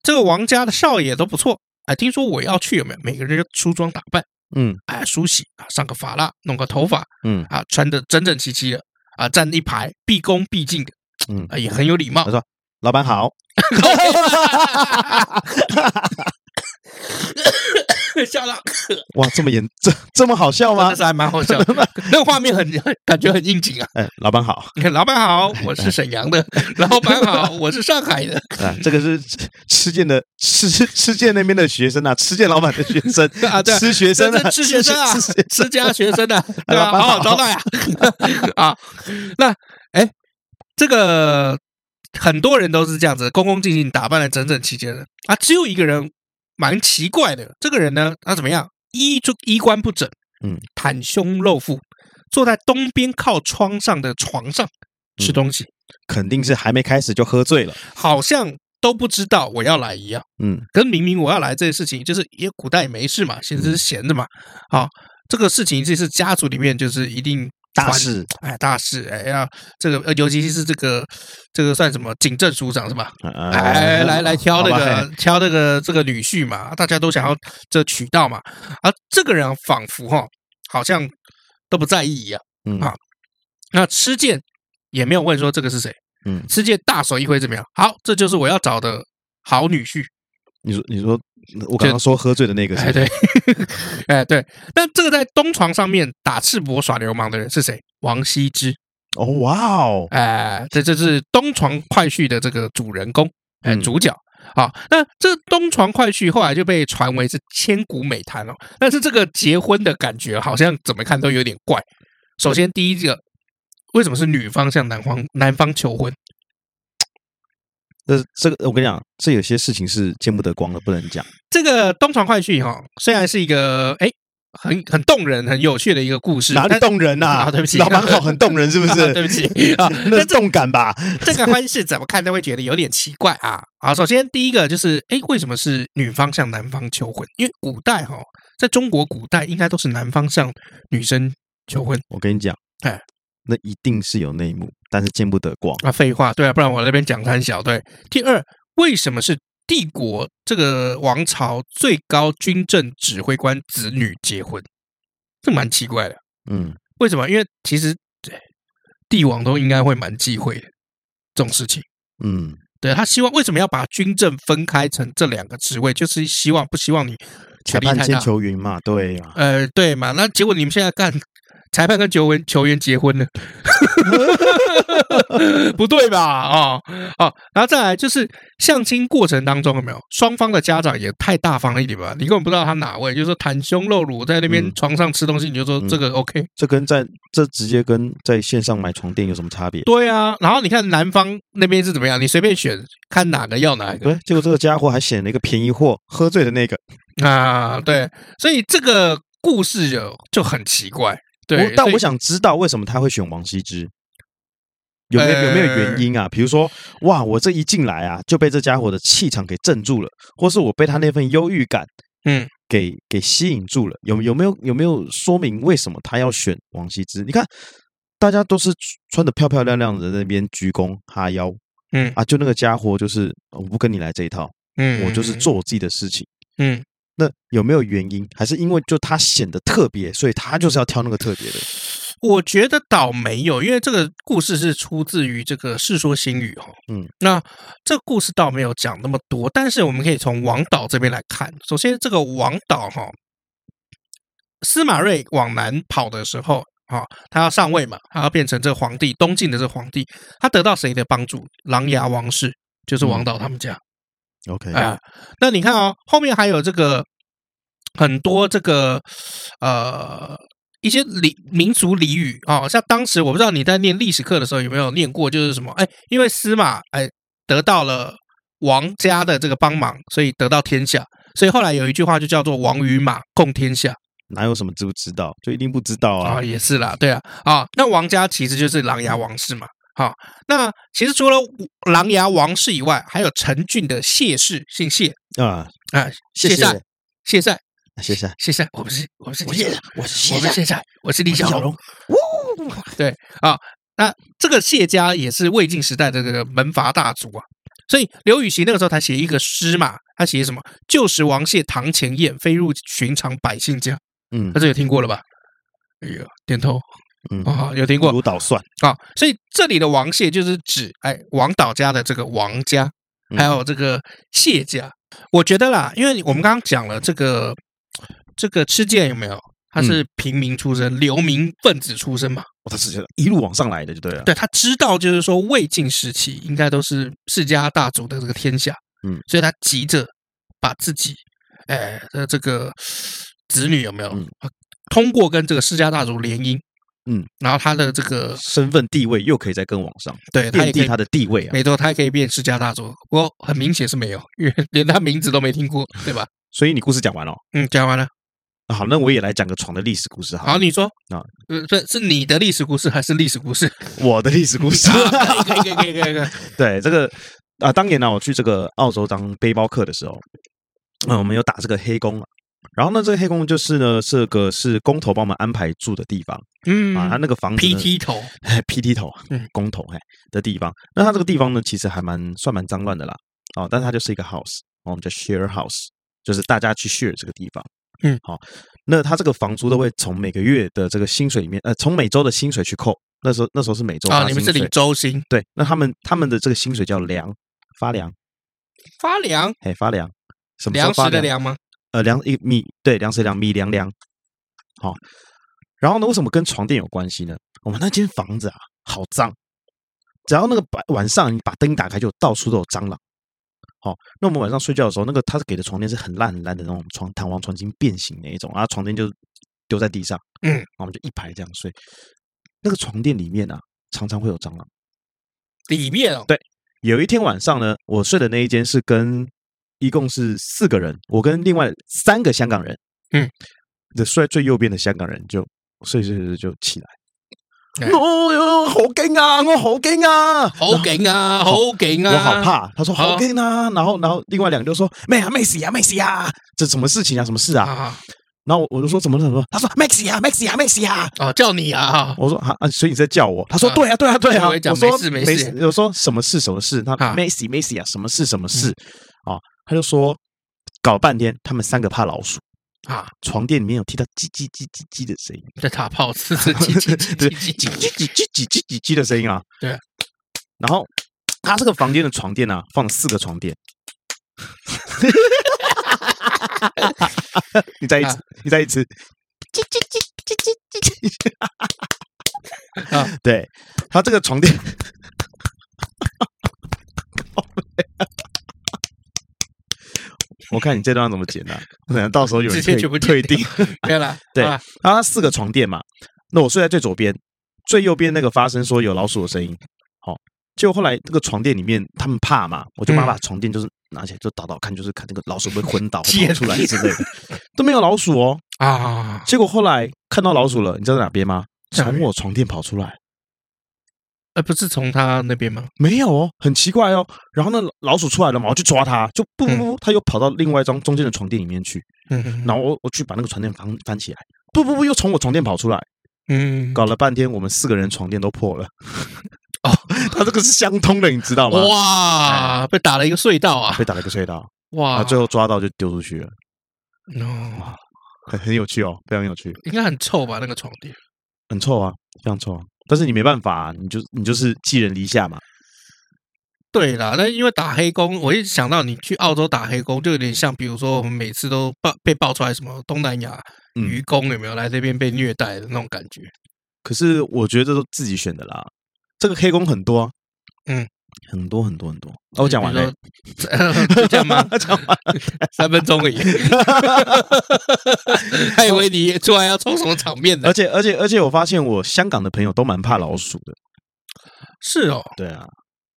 这个王家的少爷都不错，哎，听说我要去有没有？每个人就梳妆打扮，
嗯
哎，梳洗啊，上个发蜡，弄个头发
嗯
啊，穿的整整齐齐的啊，站一排，毕恭毕敬的，
嗯，
啊，也很有礼貌
他。说老板 好，呃
笑到
哇，这么严，这这么好笑
真
吗
的？是还蛮好
呃
笑的，那个画面很很感觉很应景啊。
哎，老板好，
老板好，我是沈阳 的。老板好，我是上海的。
啊，这个是吃吃剑的吃吃剑那边的学生啊，吃剑老板的学生
啊对啊
吃学生
这
啊，
是学生啊
吃吃学，
吃家学生啊，对
老
吧、好
板
好
好
招待啊！啊， 那哎，这个很多人都是这样子，恭恭敬敬，打扮的整整齐齐的啊，只有一个人蛮奇怪的。这个人呢，他怎么样？衣就衣冠不整，
嗯，
袒胸露腹，坐在东边靠窗上的床上吃东西，
肯定是还没开始就喝醉了，
好像都不知道我要来一样。
嗯
跟明明我要来这个事情，就是因为古代也没事嘛，现
嗯
在是闲着嘛。好，这个事情这是家族里面就是一定
大
传，
事
哎，大事，哎呀，这个呃尤其是这个这个算什么警政署长是吧？
啊
哎，来来挑 那
好吧嘿
个挑那个这个女婿嘛，大家都想要这渠道嘛，而这个人仿佛哈、好像都不在意一样。
嗯
啊那吃剑也没有问说这个是谁，
嗯，
吃剑大手一挥怎么样？好，这就是我要找的好女婿。
你说你说我刚刚说喝醉的那个
哎，
是
对， 哎对，但这个在东床上面打赤膊耍流氓的人是谁？王羲之，
哦哇哦，
哎、这这是东床快婿的这个主人公，哎、
嗯
主角。好，那这东床快婿后来就被传为是千古美谈哦。但是这个结婚的感觉好像怎么看都有点怪。首先第一个，为什么是女方向男方男方求婚？
这这个我跟你讲，这有些事情是见不得光的，不能讲，
这个东床快婿哈、虽然是一个哎很很动人、很有趣的一个故事，
哪里
但
动人
啊
呐？
对不起
老板好，很动人是不是？
对 不起啊
那是动感吧？
这个婚事怎么看都会觉得有点奇怪啊！好，首先第一个就是，哎，为什么是女方向男方求婚？因为古代哈、在中国古代应该都是男方向女生求婚
我跟你讲，
哎，
那一定是有内幕，但是见不得光。
啊，废话，对啊，不然我那边讲三小对。第二，为什么是帝国这个王朝最高军政指挥官子女结婚？这蛮奇怪的，
嗯，
为什么？因为其实哎帝王都应该会蛮忌讳的这种事情。
嗯，
对他希望为什么要把军政分开成这两个职位，就是希望不希望你
裁
权力
判
太
兼
大。
球员嘛，对啊呀、
呃，对嘛？那结果你们现在干裁判跟球员球员结婚了， 不对吧？哦哦，然后再来就是相亲过程当中有没有双方的家长也太大方了一点吧？你根本不知道他哪位，就是说袒胸露乳在那边
嗯
床上吃东西，你就说
嗯
这个 OK，
这跟在这直接跟在线上买床垫有什么差别？
对啊。然后你看男方那边是怎么样，你随便选，看哪个要哪个。
对，结果这个家伙还选了一个便宜货，喝醉的那个。
啊，对，所以这个故事就就很奇怪。对
我，但
所以
我想知道为什么他会选王羲之，有没有有没有
呃
原因啊？比如说，哇，我这一进来啊，就被这家伙的气场给镇住了，或是我被他那份忧郁感，
嗯，
给给吸引住了。有有没有有没有说明为什么他要选王羲之？你看，大家都是穿的漂漂亮亮的，在那边鞠躬哈腰，
嗯
啊，就那个家伙就是我不跟你来这一套，
嗯，
我就是做我自己的事情。
嗯，
那有没有原因？还是因为就他显得特别，所以他就是要挑那个特别的？
我觉得倒没有，因为这个故事是出自于这个《世说新语》哦。
嗯，
那这个故事倒没有讲那么多，但是我们可以从王导这边来看。首先，这个王导哈、司马睿往南跑的时候。啊、他要上位嘛，他要变成这个皇帝，东晋的这个皇帝，他得到谁的帮助？琅琊王氏，就是
嗯
王导他们家。
OK，、
啊，那你看哦，后面还有这个很多这个呃一些俚民族俚语哦，像当时我不知道你在念历史课的时候有没有念过，就是什么哎，因为司马哎得到了王家的这个帮忙，所以得到天下，所以后来有一句话就叫做“王与马共天下”。
哪有什么知不知道？就一定不知道
啊、
啊！
也是啦，对啊，啊、那王家其实就是琅琊王氏嘛。好、那其实除了呃琅琊王氏以外，还有陈俊的谢氏，姓谢
啊，
啊、谢
谢啊
善，谢善，
谢谢，
谢善，我不是，我不是，
谢谢，我是
我
谢
是
谢
谢啊善，我是李
小
小龙。，对啊、那这个谢家也是魏晋时代的这个门阀大族啊。所以刘禹锡那个时候他写一个诗嘛，他写什么？旧时王谢堂前燕，飞入寻常百姓家。
嗯
大家有听过了吧？哎呦，点头
嗯，
啊、有听过。
如捣蒜，
啊、所以这里的王谢就是指哎王导家的这个王家，
嗯
还有这个谢家。我觉得啦，因为我们刚刚讲了这个这个吃剑有没有？
嗯
他是平民出身，流民分子出身嘛，
我哦他是觉得一路往上来的就对了。
对他知道就是说魏晋时期应该都是世家大族的这个天下，
嗯，
所以他急着把自己哎的这个子女有没有、
嗯
通过跟这个世家大族联姻，
嗯，
然后他的这个
身份地位又可以再更往上，
对他
奠
也可以
定他的地位啊。
没错，他还可以变世家大族，不过很明显是没有，因为连他名字都没听过，对吧？
所以你故事讲完了、哦
嗯，讲完了。
啊好，那我也来讲个床的历史故事好了。
好，你说
啊
呃，不是是你的历史故事还是历史故事？
我的历史故事。
啊可以可以可以可以可以。
对，这个啊，当年呢、我去这个澳洲当背包客的时候，啊、我们有打这个黑工啊。然后呢，这个黑工就是呢，这个是工头帮我们安排住的地方啊，他
嗯
那个房子呢
，PT 头，
哎 PT 头
嗯，
工头哎的地方。那他这个地方呢，其实还蛮算蛮脏乱的啦，哦，但是它就是一个 house，哦我们叫 share house，就是大家去 share 这个地方。
嗯
好、那他这个房租都会从每个月的这个薪水里面，呃，从每周的薪水去扣。那时候那时候是每周
啊，
发
你们
薪
这里
水
周薪
对，那他们他们的这个薪水叫粮，发粮，
发粮，
哎，发粮，什么时候
粮
发
食的，粮吗？
呃，粮一米，对，粮食粮米粮粮，好、然后呢，为什么跟床垫有关系呢？我们那间房子啊，好脏，只要那个白晚上你把灯打开，就到处都有蟑螂。好、那我们晚上睡觉的时候，那个他给的床垫是很烂很烂的那种床，弹簧床已经变形那一种，然啊后床垫就丢在地上，
嗯
然后我们就一排这样睡。那个床垫里面啊，常常会有蟑螂。
里面哦，
有一天晚上呢，我睡的那一间是跟一共是四个人，我跟另外三个香港人，
嗯，
的睡在最右边的香港人就睡睡睡就起来，
哎
我哟好惊啊，我好惊啊，
好劲啊，好劲啊，
然后我好，怕，他说
好
好惊啊，然后然后另外两个就说妹啊妹死呀妹死呀，这什么事情啊什么事啊，
啊
然后我我就说怎么了怎么了，他说妹死呀妹死呀妹死呀，
啊，叫你啊，
我说啊啊，所以你在叫我？他说
啊
对啊，对啊，对啊。
我也讲
说
没事没
没
事
我说什么事什么事？他
啊嗯
Macy Macy 啊，什么事什么事？啊，他就说搞了半天，他们三个怕老鼠，
啊，
床垫里面有听到叽叽叽叽叽的声音，
在打炮，是 是叽叽叽
对，
叽
叽
叽
叽叽叽叽叽叽叽的声音啊。
对啊。
然后他这个房间的床垫啊，放了四个床垫。 你再一次
啊，
你再一次。叽叽叽叽叽叽叽。
啊，
对，他这个床垫， 我看你这段要怎么剪呢、啊？ 我等下到时候有人
直接
退
全部剪
退订。
对了，
对
好啦
然后他啊四个床垫嘛，那我睡在最左边，最右边那个发生说有老鼠的声音。好、结果后来这个床垫里面他们怕嘛，我就把
嗯
把床垫就是拿起来就倒倒看，就是看那个老鼠会不会 昏倒
贱
跑出来之类的，都没有老鼠哦。
啊，
结果后来看到老鼠了，你知道在哪边吗？
在哪
从
边
我床垫跑出来。
呃，不是从他那边吗？
没有哦，很奇怪哦。然后呢，老鼠出来了嘛，我去抓它，就不不不，它又跑到另外一张中间的床垫里面去。
嗯，
然后我我去把那个床垫翻翻起来，不不不，又从我床垫跑出来，
嗯，
搞了半天，我们四个人床垫都破了。
哦，
它这个是相通的，你知道吗？哎
哇，被打了一个隧道啊！
被打了个隧道，
哇，
啊，最后抓到就丢出去了，
哦
很很有趣哦，非常有趣，
应该很臭吧？那个床垫，
很臭啊，非常臭啊。但是你没办法、啊，你就你就是寄人篱下嘛。
对啦，那因为打黑工，我一想到你去澳洲打黑工，就有点像，比如说我们每次都爆被爆出来什么东南亚
嗯
渔工有没有来这边被虐待的那种感觉？
可是我觉得这都自己选的啦，这个黑工很多、啊，
嗯，
很多很多很多。哦，我讲完了，
比如说， 就这样吗？
讲完
三分钟 而已，还以为你出来要冲什么场面
而
呢？
且而且而且，我发现我香港的朋友都蛮怕老鼠的。
是哦，
对啊，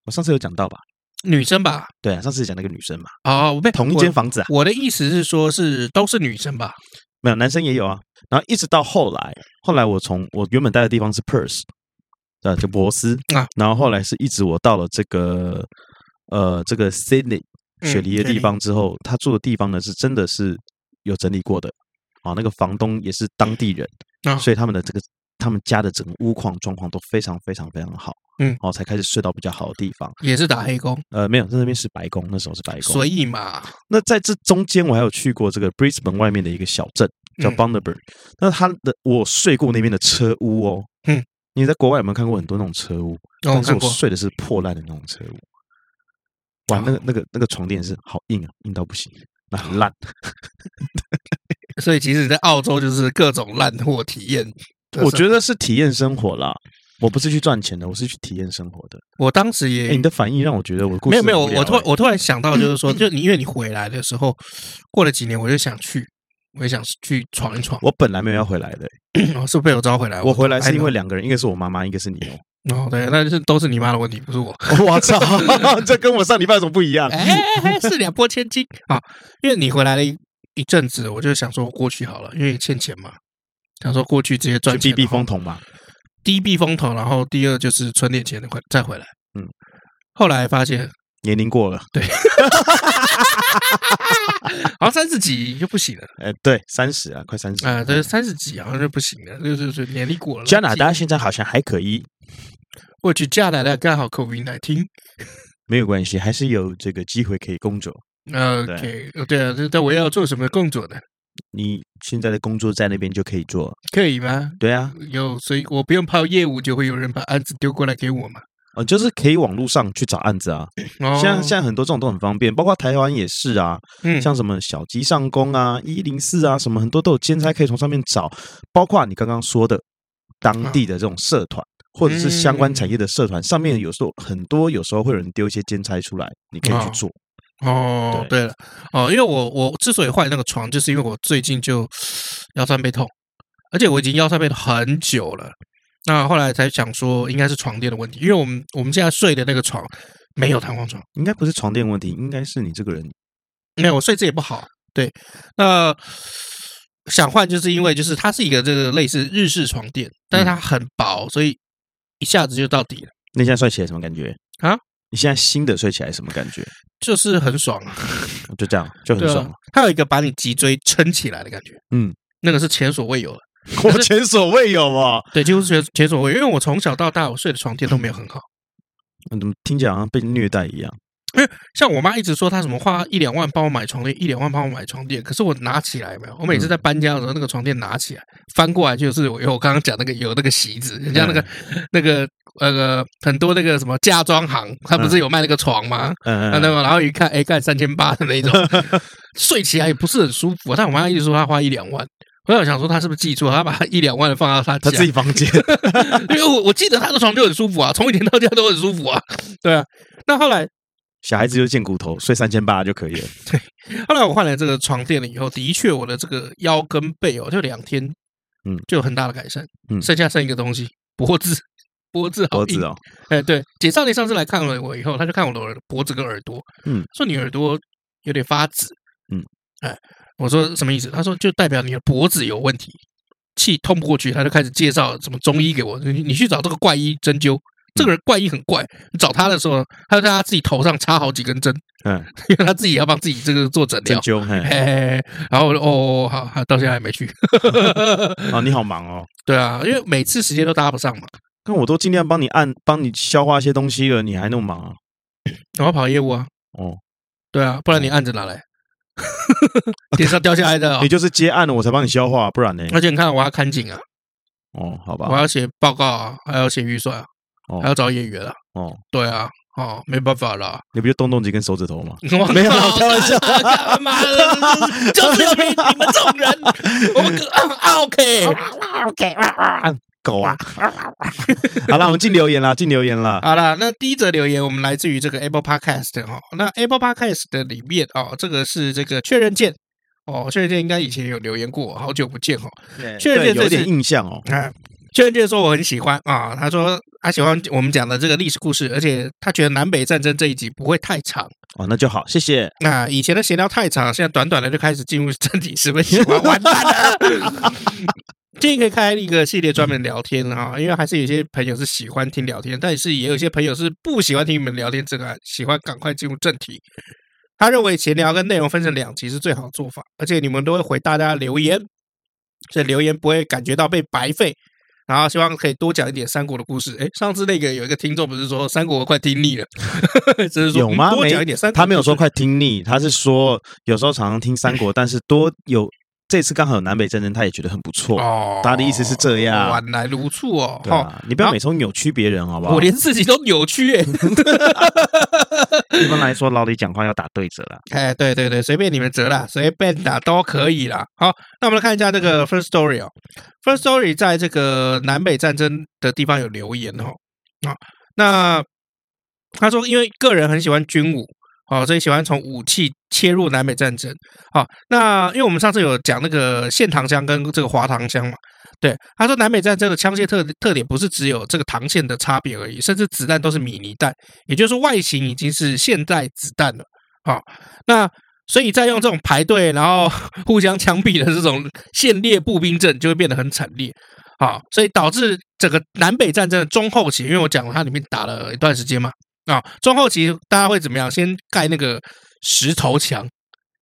我上次有讲到吧？
女生吧？
对啊，上次讲那个女生嘛，
哦，我被
同一间房子啊，
我。我的意思是说，是都是女生吧？
没有男生也有啊。然后一直到后来，后来我从我原本待的地方是 Perth，呃，就博斯
啊
然后后来是一直我到了这个呃这个 Sydney
嗯
雪梨的
雪
地
梨
方之后，他住的地方呢是真的是有整理过的啊，那个房东也是当地人，
啊
所以他们的这个他们家的整个屋况状况都非常非常非常好，
嗯
哦，才开始睡到比较好的地方。
也是打黑工，
呃，没有，在那边是白宫，那时候是白宫。
所以嘛，
那在这中间，我还有去过这个 Brisbane 外面的一个小镇叫
嗯
Bundaberg，、那它的我睡过那边的车屋哦。
嗯，
你在国外有没有看过很多那种车屋？
哦我
但是
看
我
过，哦
睡的是破烂的那种车屋。哇，那个那个那个床垫是好硬啊，硬到不行，那很烂。
所以其实，在澳洲就是各种烂货体验。
我觉得是体验生活啦，我不是去赚钱的，我是去体验生活的。
我当时
哎、
也
你的反应让我觉得我的故
没
事
有没有，
很无聊
我突然
欸
我突然想到，就是说，就你因为你回来的时候，过了几年，我就想去，我也想去闯一闯。
我本来没有要回来的欸、
哦，是被我招回来，
我回来是因为
I
两个人，一个是我妈妈，一个是你哦。
know 哦，对，那就是都是你妈的问题，不是 我。
我操， 这跟我上礼拜有什么不一样？
哎，是两拨千金啊！因为你回来了一一阵子，我就想说过去好了，因为欠钱嘛，想说过去直接赚
去
钱
避
然
避
后
风头嘛。
第一避风头，然后第二就是存点钱快再回来。
嗯，
后来发现
年龄过了，
好像三十几就不行了，
呃，对，三十啊，快三十
啊，对，三十几好像就不行了，就是就是年龄过了。
加拿大现在好像还可以，
过去加拿大刚好 COVID 来听，
没有关系，还是有这个机会可以工作。
呃，给对啊，这但我要做什么工作呢？
你现在的工作在那边就可以做，
可以吗？
对啊，
有，所以我不用泡业务，就会有人把案子丢过来给我嘛。
哦，就是可以网络上去找案子啊。
哦
现在现在很多这种都很方便，包括台湾也是啊，
嗯
像什么小鸡上工啊、一零四啊，什么很多都有兼差可以从上面找，包括你刚刚说的当地的这种社团。或者是相
嗯
关产业的社团，上面有时候很多，有时候会有人丢一些兼差出来，你可以去
哦
做。
哦，
对
对了，哦，因为我我之所以换那个床，就是因为我最近就腰酸背痛，而且我已经腰酸背痛很久了。那后来才想说，应该是床垫的问题，因为我们我们现在睡的那个床没有弹簧床，
应该不是床垫问题，应该是你这个人
没有我睡姿也不好。对，那想换就是因为就是它是一个这个类似日式床垫，
嗯
但是它很薄，所以一下子就到底了，
那你现在睡起来什么感觉
啊？
你现在新的睡起来什么感觉？
就是很爽啊。
就这样，就很
对
爽
啊。，它有一个把你脊椎撑起来的感觉，
嗯，
那个是前所未有的。
我前所未有啊！
对，几乎是前前所未有，因为我从小到大我睡的床垫都没有很好。
嗯怎么听起来好像被虐待一样？
像我妈一直说她什么花一两万帮我买床垫，一两万帮我买床垫，可是我拿起来没有，我
嗯
每次在搬家的时候，那个床垫拿起来翻过来就是我有我刚刚讲那个有那个席子，人家
嗯
那个那个呃很多那个什么嫁妆行，他不是有卖那个床吗？
嗯
啊，那
嗯，
么然后一看，哎，干三千八的那一种， 睡起来也不是很舒服啊。但我妈一直说她花一两万，我在想说她是不是记错，她把一两万放到她
他
家
自己房 间
因为我我记得他的床就很舒服啊，从以前到现在都很舒服啊。 对啊，那后来
小孩子就见骨头，睡三千八就可以了。
后来我换了这个床垫了以后，的确我的这个腰跟背哦，就两天，
嗯，
就有很大的改善。
嗯
剩下剩一个东西，脖子，脖子好
脖
硬
子。哦，
哎，对，姐少年上次来看了我以后，他就看我的耳脖子跟耳朵，
嗯，
说你耳朵有点发紫，
嗯，
哎，我说什么意思？他说就代表你的脖子有问题，气通不过去，他就开始介绍什么中医给我，你你去找这个怪医针灸。这个人怪医很怪，你找他的时候，他就在他自己头上插好几根针，
嗯，
因为他自己要帮自己这个做诊
针
疗。
灸， 嘿，
哎，然后我就哦哦，哦好，好到现在还没去。
啊，你好忙哦。
对啊，因为每次时间都搭不上嘛，
那我都尽量帮你按，帮你消化一些东西了，你还那么忙啊？
我要跑业务啊。
哦，
对啊，不然你按着拿来， 脸上掉下来的哦、
你就是接案了，我才帮你消化，不然呢？
而且你看，我要看景啊，
哦，好
我
吧，
要写报告啊，还要写预算啊
哦，
还要找演员啊。
哦，
对啊，哦，没办法啦。
你不就动动几根手指头吗？
没有
没有 啦开玩笑
妈的，就是要比你们这种人，我们更啊啊 OK，
OK，狗 啊！好了，我们进留言啦，进留言啦。
好啦，那第一则留言我们来自于这个 Apple Podcast 哦。那 Apple Podcast 的里面哦，这个是这个确认键哦，确认键应该以前有留言过，好久不见哦。确
对
认这
有
是
点印象哦。
啊，确认键说我很喜欢啊，他说他喜欢我们讲的这个历史故事，而且他觉得南北战争这一集不会太长。
哦，那就好，谢谢。
那、以前的闲聊太长，现在短短的就开始进入正题，十分喜欢，完蛋 了。建议可以开一个系列专门聊天啊，因为还是有些朋友是喜欢听聊天，但是也有些朋友是不喜欢听你们聊天，这个喜欢赶快进入正题。他认为闲聊跟内容分成两集是最好的做法，而且你们都会回大家的留言，这留言不会感觉到被白费。然后希望可以多讲一点三国的故事。诶，上次那个有一个听众不是说三国我快听腻了， 只是说
有吗
嗯多
没
讲一点三国故事。
他没有说快听腻，他是说有时候常常听三国，但是多有这次刚好有南北战争，他也觉得很不错。
哦
他的意思是这样
晚来如醋哦，
对啊，你不要每次都扭曲别人，好不
齁
好
我？连自己都扭曲哎、
一般来说，老李讲话要打对折啦。
哎，对对对，随便你们折啦，随便打都可以啦。好，那我们来看一下这个 First Story 哦，First Story 在这个南北战争的地方有留言哦。啊，那他说，因为个人很喜欢军武，哦，所以喜欢从武器切入南北战争。好，那因为我们上次有讲那个线膛枪跟这个滑膛枪嘛。对，他说南北战争的枪械特特点不是只有这个膛线的差别而已，甚至子弹都是米泥弹，也就是说外形已经是现代子弹了。那所以再用这种排队然后 互相枪毙的这种线列步兵阵，就会变得很惨烈。好，所以导致整个南北战争的中后期，因为我讲了它里面打了一段时间嘛，啊，中后期大家会怎么样？先盖那个石头墙，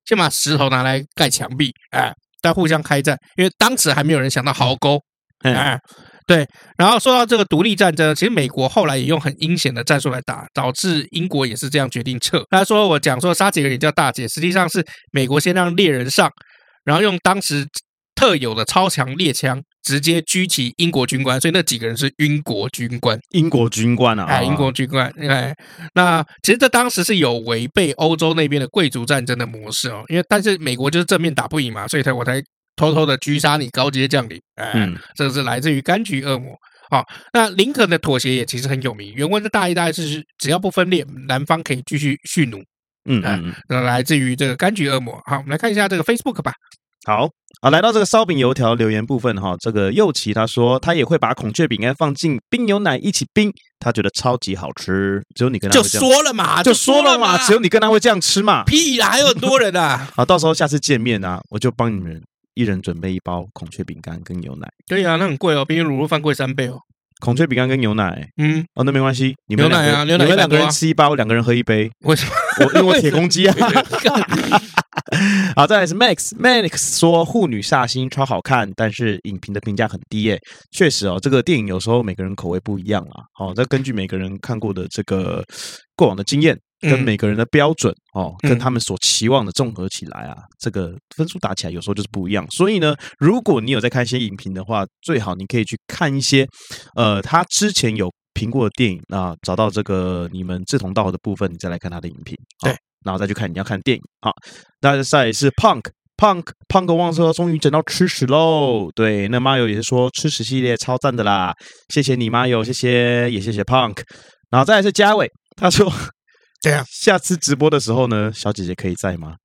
先把石头拿来盖墙壁，哎，再互相开战，因为当时还没有人想到壕沟，
嗯，
哎，对。然后说到这个独立战争，其实美国后来也用很阴险的战术来打，导致英国也是这样决定撤。他说我讲说杀几个人叫大姐，实际上是美国先让猎人上，然后用当时特有的超强猎枪直接狙击英国军官，所以那几个人是英国军官。
英国军官啊，
哎，英国军官，哎，那其实这当时是有违背欧洲那边的贵族战争的模式哦，因为但是美国就是正面打不赢嘛，所以才我才偷偷的狙杀你高阶将领，哎，
嗯
这是来自于柑橘恶魔。好、那林肯的妥协也其实很有名，原文的大意大概是只要不分裂，南方可以继续蓄奴，
嗯嗯嗯，
那来自于这个柑橘恶魔。好，我们来看一下这个 Facebook 吧。
好。啊，来到这个烧饼油条留言部分哈，这个右奇他说他也会把孔雀饼干放进冰牛奶一起冰，他觉得超级好吃。只有你跟他
就
会这样，
说了嘛，
就说了嘛，只有你跟他会这样吃嘛。
屁啦，还有很多人啊。
好，到时候下次见面啊，我就帮你们一人准备一包孔雀饼干跟牛奶。
对啊，那很贵哦，比卤肉饭贵三倍哦。
孔雀饼干跟牛奶
嗯，
哦，那没关系，你们
牛奶
两个
啊牛奶
你们
一百
两个
多啊
人吃一包，两个人喝一杯。
为什么？
我因为我铁公鸡啊。 好，再来是 Max Max 说《护女煞星》超好看，但是影评的评价很低耶、确实哦，这个电影有时候每个人口味不一样啦。哦，这根据每个人看过的这个过往的经验。跟
嗯
每个人的标准哦，
嗯
跟他们所期望的综合起来啊，这个分数打起来有时候就是不一样。所以呢，如果你有在看一些影评的话，最好你可以去看一些，呃，他之前有评过的电影啊，找到这个你们志同道合的部分，你再来看他的影评。啊
对，
然后再去看你要看的电影啊。那再来是 Punk。Punk Punk 忘说终于整到吃屎喽！对，那妈友也是说吃屎系列超赞的啦，谢谢你妈友，谢谢也谢谢 Punk。然后再来是嘉伟，他说
怎样？
下次直播的时候呢，小姐姐可以在吗？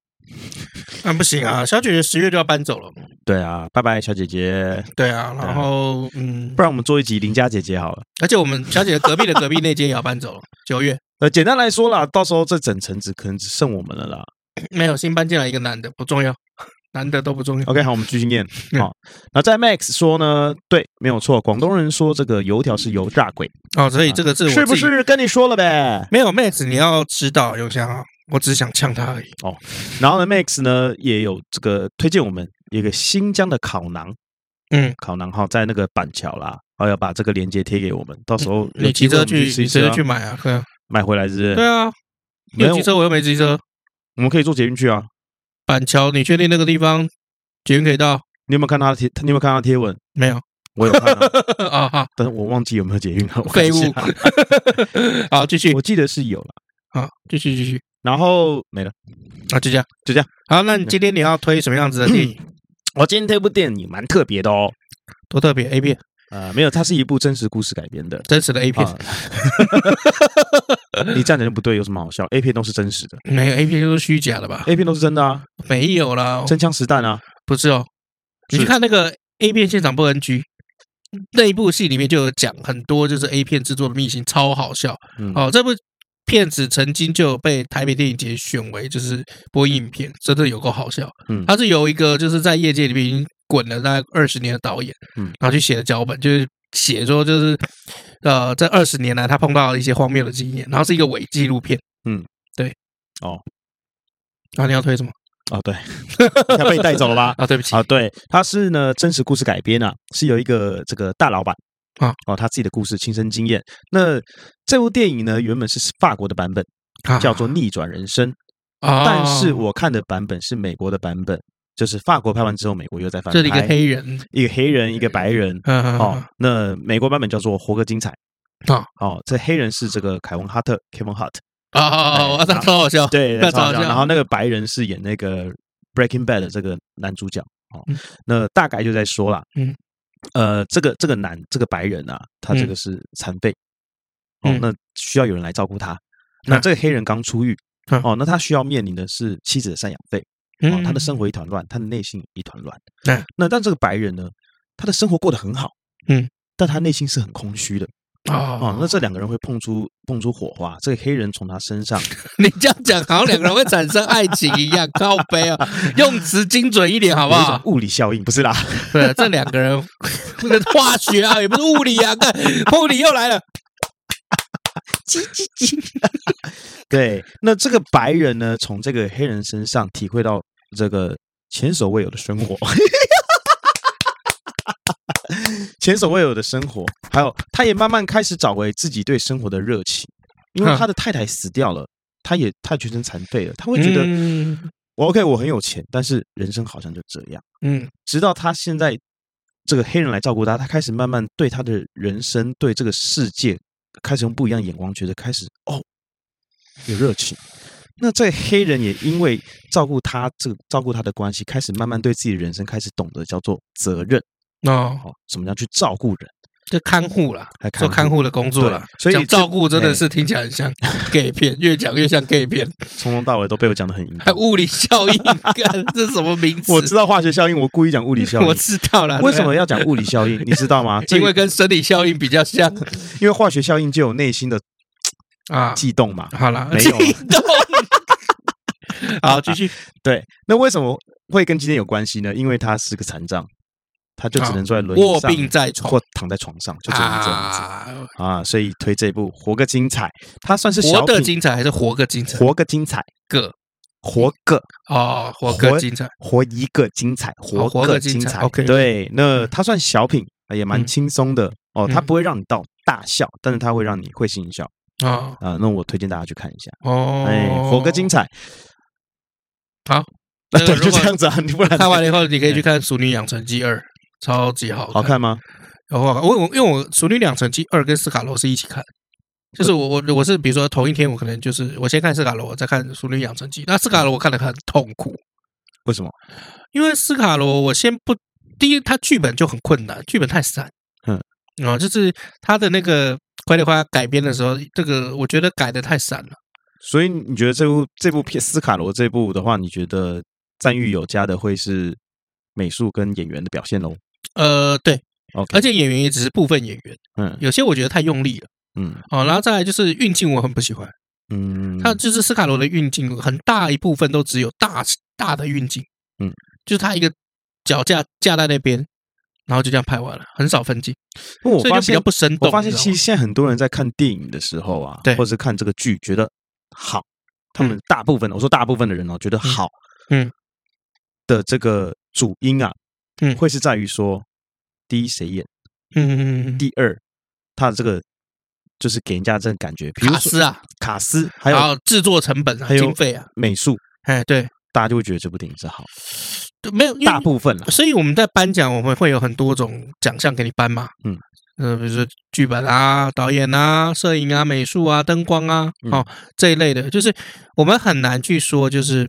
那、不行啊，小姐姐十月就要搬走了。
对啊，拜拜，小姐姐。
对啊，
对啊
然后嗯
不，然我们做一集邻家姐姐好了。
而且我们小姐姐隔壁的隔壁那间也要搬走了，九月
呃，简单来说啦，到时候这整层只可能只剩我们了啦。
没有新搬进来一个男的，不重要， 男的都不重要。
OK，好，我们继续 念。
嗯
好，那在 Max 说呢，对，没有错，广东人说这个油条是油炸鬼，
哦，所以这个是我
啊是不
自己？
是跟你说了呗？
没有妹子，你要知道，永祥啊，我只是想呛他而已。
然后呢，Max 呢也有这个推荐我们有一个新疆的烤馕，
嗯，
烤馕哈，在那个板桥啦，然后要把这个链接贴给我们，到时候有
嗯你
机
骑
会我
车
们
去，
吃
你
一
骑
吃
车
啊
去买啊，对啊，
买回来是不是？
对啊，你
没
有
有
骑，车，我又没骑车。
我们可以坐捷运去啊。
板桥，你确定那个地方捷运可以到？
你有没有看他的贴？你有没有看他的贴文？
没有
我有看、啊，
啊哈，
但是我忘记有没有捷运啊了。我看一
废
下
物。 好，继续，
我记得是有了。
好，继续，继续，
然后没了。
啊，就这样，
就这样。
好，那你今天 你要推什么样子的电影？
我今天这部电影蛮特别的哦，
多特别 A 片
呃，没有，它是一部真实故事改编 的。
真实的 A 片，
啊 你这样讲就不对，有什么好笑？A 片都是真实的
没有 A 片都是虚假的吧？
，A 片都是真的啊，
没有啦，
真枪实弹啊。
不是哦。你去
是
看那个 A 片现场不 NG 那一部戏里面就有讲很多就是 A 片制作的秘辛，超好笑。
嗯，
哦，这部片子曾经就有被台北电影节选为就是播映片，真的有够好笑。
嗯
它是由一个就是在业界里面已经滚了大概二十年的导演，
嗯
然后去写的脚本，就是写说就是呃，这二十年来他碰到的一些荒谬的经验，然后是一个伪纪录片。
嗯，
对。
哦，
啊，你要推什么？
哦， 对，他被带走了 吧？
啊，对不起
啊，，对，它是呢真实故事改编啊，是有一个这个大老板
啊
哦，他自己的故事亲身经验。那这部电影呢，原本是法国的版本，
啊
叫做《逆转人生》，
啊
但是我看的版本是美国的版本，就是法国拍完之后，美国又再翻拍。
这里一个黑人，
一个黑人，一个白人。
嗯，
哦，那美国版本叫做《活个精彩》
啊。
哦，这黑人是这个凯文哈特 （Kevin Hart），
啊啊，我操，超好笑，
对，
那
超好笑
超像
然后那个白人是演那个《Breaking Bad》的这个男主角哦
嗯，
那大概就在说啦，
嗯，
呃，这个这个男这个白人啊，他这个是残废，哦
嗯，
那需要有人来照顾他。那
嗯
这个黑人刚出狱
嗯，
哦，那他需要面临的是妻子的赡养费，哦，
嗯，
他的生活一团乱，他的内心一团乱
嗯。
那但这个白人呢，他的生活过得很好，
嗯，
但他内心是很空虚的哦
哦。，
那这两个人会碰出碰出火花，这个黑人从他身上
你这样讲，好像两个人会产生爱情一样，靠背啊，用词精准一点好不
有一种
好？
物理效应不是啦，
对，这两个人不是化学啊，也不是物理啊，看物理又来了，
对，那这个白人呢，从这个黑人身上体会到这个前所未有的生活，前所未有的生活，还有他也慢慢开始找回自己对生活的热情，因为
哼
他的太太死掉了，他也他全身残废了，他会觉得、
嗯
我 OK，我很有钱，但是人生好像就这样。
嗯
直到他现在这个黑人来照顾他，他开始慢慢对他的人生、对这个世界开始用不一样的眼光，觉得开始哦有热情。那这黑人也因为照顾他这个照顾他的关系，开始慢慢对自己的人生开始懂得叫做责任
哦，
哦，什么叫去照顾人，
就看护啦，
来
做看护的工作啦。
对所以
讲
这
照顾真的是听起来很像 gay 片，越讲越像 gay 片，
从头到尾都被我讲的很淫
还
荡。
物理效应，干这是什么名词？
我知道化学效应，我故意讲物理效应
我。知道了，
为什么要讲物理效应？你知道吗？这
因为跟生理效应比较像
因为化学效应就有内心的
啊。
悸动嘛。
好了，
没有啊
激动。 好，继续。
对，那为什么会跟今天有关系呢？因为他是个残障，他就只能坐在轮椅
啊卧
上
病在床
或躺在床上，就只能这样子
啊，
啊所以推这部《活个精彩》，它算是
活
小
的
品，
精彩还是活个精彩？
活个精彩，
个
活个
哦，活个精彩。
活一个精彩，
哦活个
个
精
精
彩，OK
对，那它算小品，也蛮
嗯
轻松的哦，它
嗯
不会让你到大笑，但是它会让你会心一笑
啊
啊、那我推荐大家去看一下，
哦，
哎，活个精彩，啊
好那个
对，
如
就
果
这样子啊，你不然
看完了以后，你可以去看《熟女养成记二》，超级好
好看吗？
然后我我因为我《熟女养成记二》跟《斯卡罗》是一起看，就是我我我是比如说同一天，我可能就是我先看《斯卡罗》，我再看《熟女养成记》。那《斯卡罗》我看的很痛苦，
为什么？
因为斯卡罗，我先不第一，他剧本就很困难，剧本太散。
嗯，
啊、就是他的那个《傀儡花》改编的时候，这个我觉得改的太散了。
所以你觉得这部这部片《斯卡罗》这部的话，你觉得赞
嗯
誉有加的会是美术跟演员的表现喽
呃，对，
？OK，
而且演员也只是部分演员，
嗯
有些我觉得太用力了。
嗯
哦，然后再来就是运镜，我很不喜欢。
嗯，
它就是斯卡罗的运镜，很大一部分都只有大大的运镜，
嗯，
就是他一个脚架架在那边，然后就这样拍完了，很少分镜，
因为我
所以
发
就比
现
较不生动。
我发现
你知道
其
吗
实现在很多人在看电影的时候啊，
对
或者是看这个剧，觉得好，他们大部分、我说大部分的人哦，觉得好，
嗯，
的这个主因啊，
嗯
会是在于说，第一谁演，
嗯嗯嗯嗯，
第二他的这个就是给人家这个感觉，比如
卡
说
斯啊，
卡斯，还
然
有
后制作成本啊，
还有
经费啊，
美术，
哎，对，
大家就会觉得这部电影是好。
对没有因为呃
大部分啦，
所以我们在颁奖，我们会有很多种奖项给你颁嘛。
嗯，
呃，比如说剧本啊、导演啊、摄影啊、美术啊、灯光啊，
嗯
哦这一类的，就是我们很难去说，就是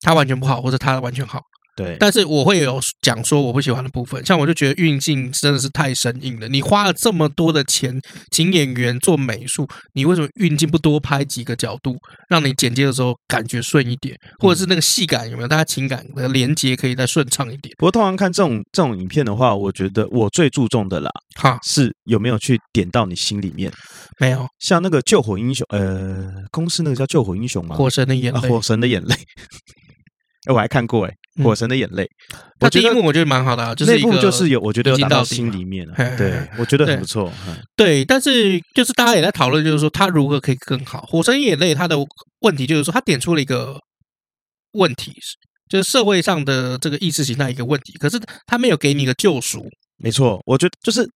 它完全不好，或者它完全好。
对，
但是我会有讲说我不喜欢的部分，像我就觉得运镜真的是太生硬了。你花了这么多的钱请演员做美术，你为什么运镜不多拍几个角度，让你剪接的时候感觉顺一点，
嗯
或者是那个戏感有没有，大家情感的连接可以再顺畅一点？
不过通常看这种这种影片的话，我觉得我最注重的啦
哈，
是有没有去点到你心里面。
没有，
像那个《救火英雄》，呃，公司那个叫《救火英雄》吗？
火神的眼
啊
泪，
火神的眼泪， 哎，我还看过哎，《
嗯
火神的眼泪》
他
我
第
觉得
一幕我觉得蛮好的啊，就是
那
一
部
个
就是有，我觉得有
一镜
打到
底
心
嘛
里面
嘿嘿
啊，
嘿
对，我觉得很
对
不错。嗯
对，但是就是大家也在讨论，就是说他如何可以更好。火神眼泪他的问题就是说，他点出了一个问题，就是社会上的这个意识形态一个问题，可是他没有给你一个救赎。
没错，我觉得就是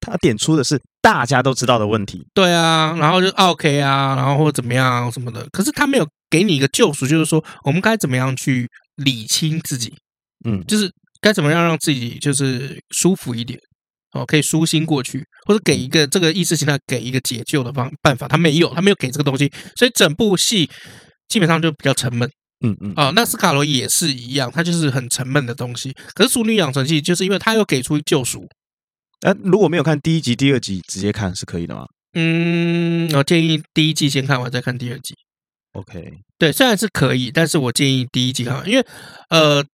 他点出的是大家都知道的问题，
对啊，然后就 OK 啊，然后或者怎么样啊什么的，可是他没有给你一个救赎，就是说我们该怎么样去理清自己，
嗯
就是该怎么样让自己就是舒服一点，哦，可以舒心过去，或者给一个这个意识形态给一个解救的方办法，他没有，他没有给这个东西，所以整部戏基本上就比较沉闷
嗯嗯，
啊、那斯卡罗也是一样，他就是很沉闷的东西。可是《淑女养成记》就是因为他又给出救赎，
那呃如果没有看第一集、第二集，直接看是可以的吗
嗯，我建议第一季先看完再看第二季。
？OK，
对，虽然是可以，但是我建议第一季看完，因为呃，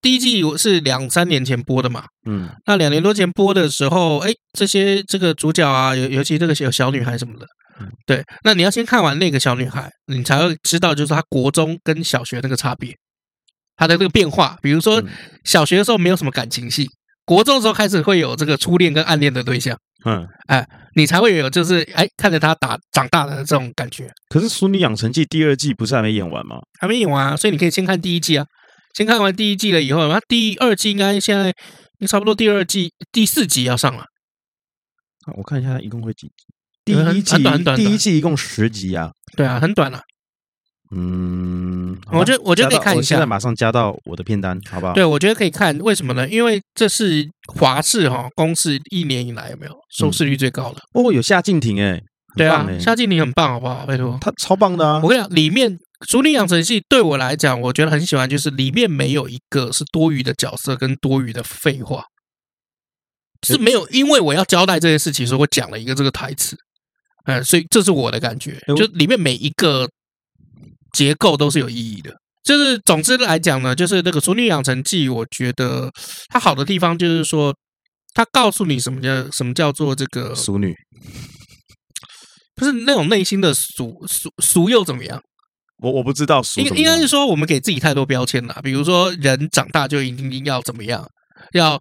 第一季我是两三年前播的嘛，
嗯，
那两年多前播的时候，哎，这些这个主角啊，尤尤其这个小小女孩什么的
嗯，
对，那你要先看完那个小女孩，你才会知道就是她国中跟小学那个差别，她的这个变化。比如说
嗯
小学的时候没有什么感情戏，国中的时候开始会有这个初恋跟暗恋的对象，哎
嗯，
你才会有就是哎看着她打长大的这种感觉。
可是《淑女养成记》第二季不是还没演完吗？
还没有啊，所以你可以先看第一季啊。先看完第一季了以后，然后第二季应该现在差不多第二季第四集要上了。
啊我看一下它一共会几集。第
嗯很
一季
很短很短
第一季一共十集啊。
对啊，很短了。
嗯，好吧
我觉得我觉得可
加
以
到
看一
我现在
下
马上加到我的片单，好不好？
对，我觉得可以看，为什么呢？因为这是华视哈、公视一年以来有没有收视率最高的？
哦，有夏静婷哎，
对
很
啊
棒，欸
夏季你很棒，好不好？拜托，
她超棒的啊
我。跟你讲，里面《熟女养成系》对我来讲，我觉得很喜欢，就是里面没有一个是多余的角色跟多余的废话，是没有因为我要交代这件事情，所以我讲了一个这个台词，嗯，所以这是我的感觉，
我
就里面每一个结构都是有意义的。就是总之来讲呢，就是那个《熟女养成记》，我觉得它好的地方就是说，它告诉你什么叫什么叫做这个
淑女，
不是那种内心的俗俗俗又怎么样？
我我不知道啊淑
应
怎么
应该
样
是说我们给自己太多标签了，比如说人长大就一定要怎么样，要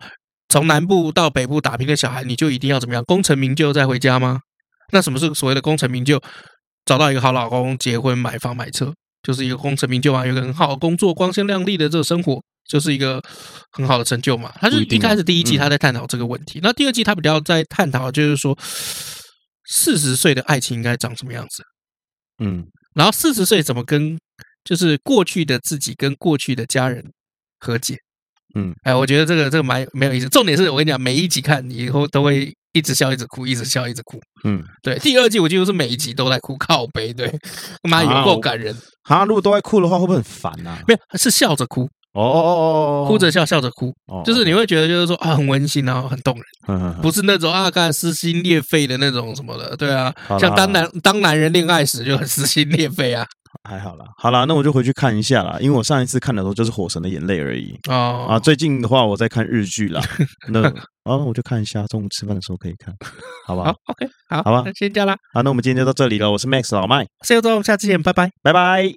从南部到北部打拼的小孩，你就一定要怎么样，功成名就再回家吗？那什么是所谓的功成名就？找到一个好老公，结婚、买房、买车，就是一个功成名就啊，有一个很好的工作，光鲜亮丽的这个生活，就是一个很好的成就嘛。他就
不一定
一
啊
开始第一季
嗯
他在探讨这个问题，那第二季他比较在探讨就是说，四十岁的爱情应该长什么样子。
嗯，
然后四十岁怎么跟就是过去的自己跟过去的家人和解？
嗯，
哎，我觉得这个这个蛮蛮有意思。重点是我跟你讲，每一集看你以后都会一直笑，一直哭，一直笑，一直哭。
嗯，
对，第二季我几乎是每一集都在哭，靠背，对，妈有
啊
够
我
感人，
哈，如果都在哭的话，会不会很烦啊？
没有是笑着哭，
哦哦哦哦哦，
哭着笑，笑着哭，
哦，嗯
就是你会觉得就是说啊，很温馨，然后很动人，
不
不是那种啊，干撕心裂肺的那种什么的，对啊
好，啦
像当男当男人恋爱时就很撕心裂肺啊，
还好啦，好啦，那我就回去看一下啦，因为我上一次看的时候就是《火神的眼泪》而已。
哦
啊，最近的话我在看日剧啦， 那啊，那我就看一下，中午吃饭的时候可以看，好吧？
好，OK，好，
好吧
那先这样啦。
好，那我们今天就到这里了，我是 Max 老麦，
所以，我们下次见，拜拜。
拜拜。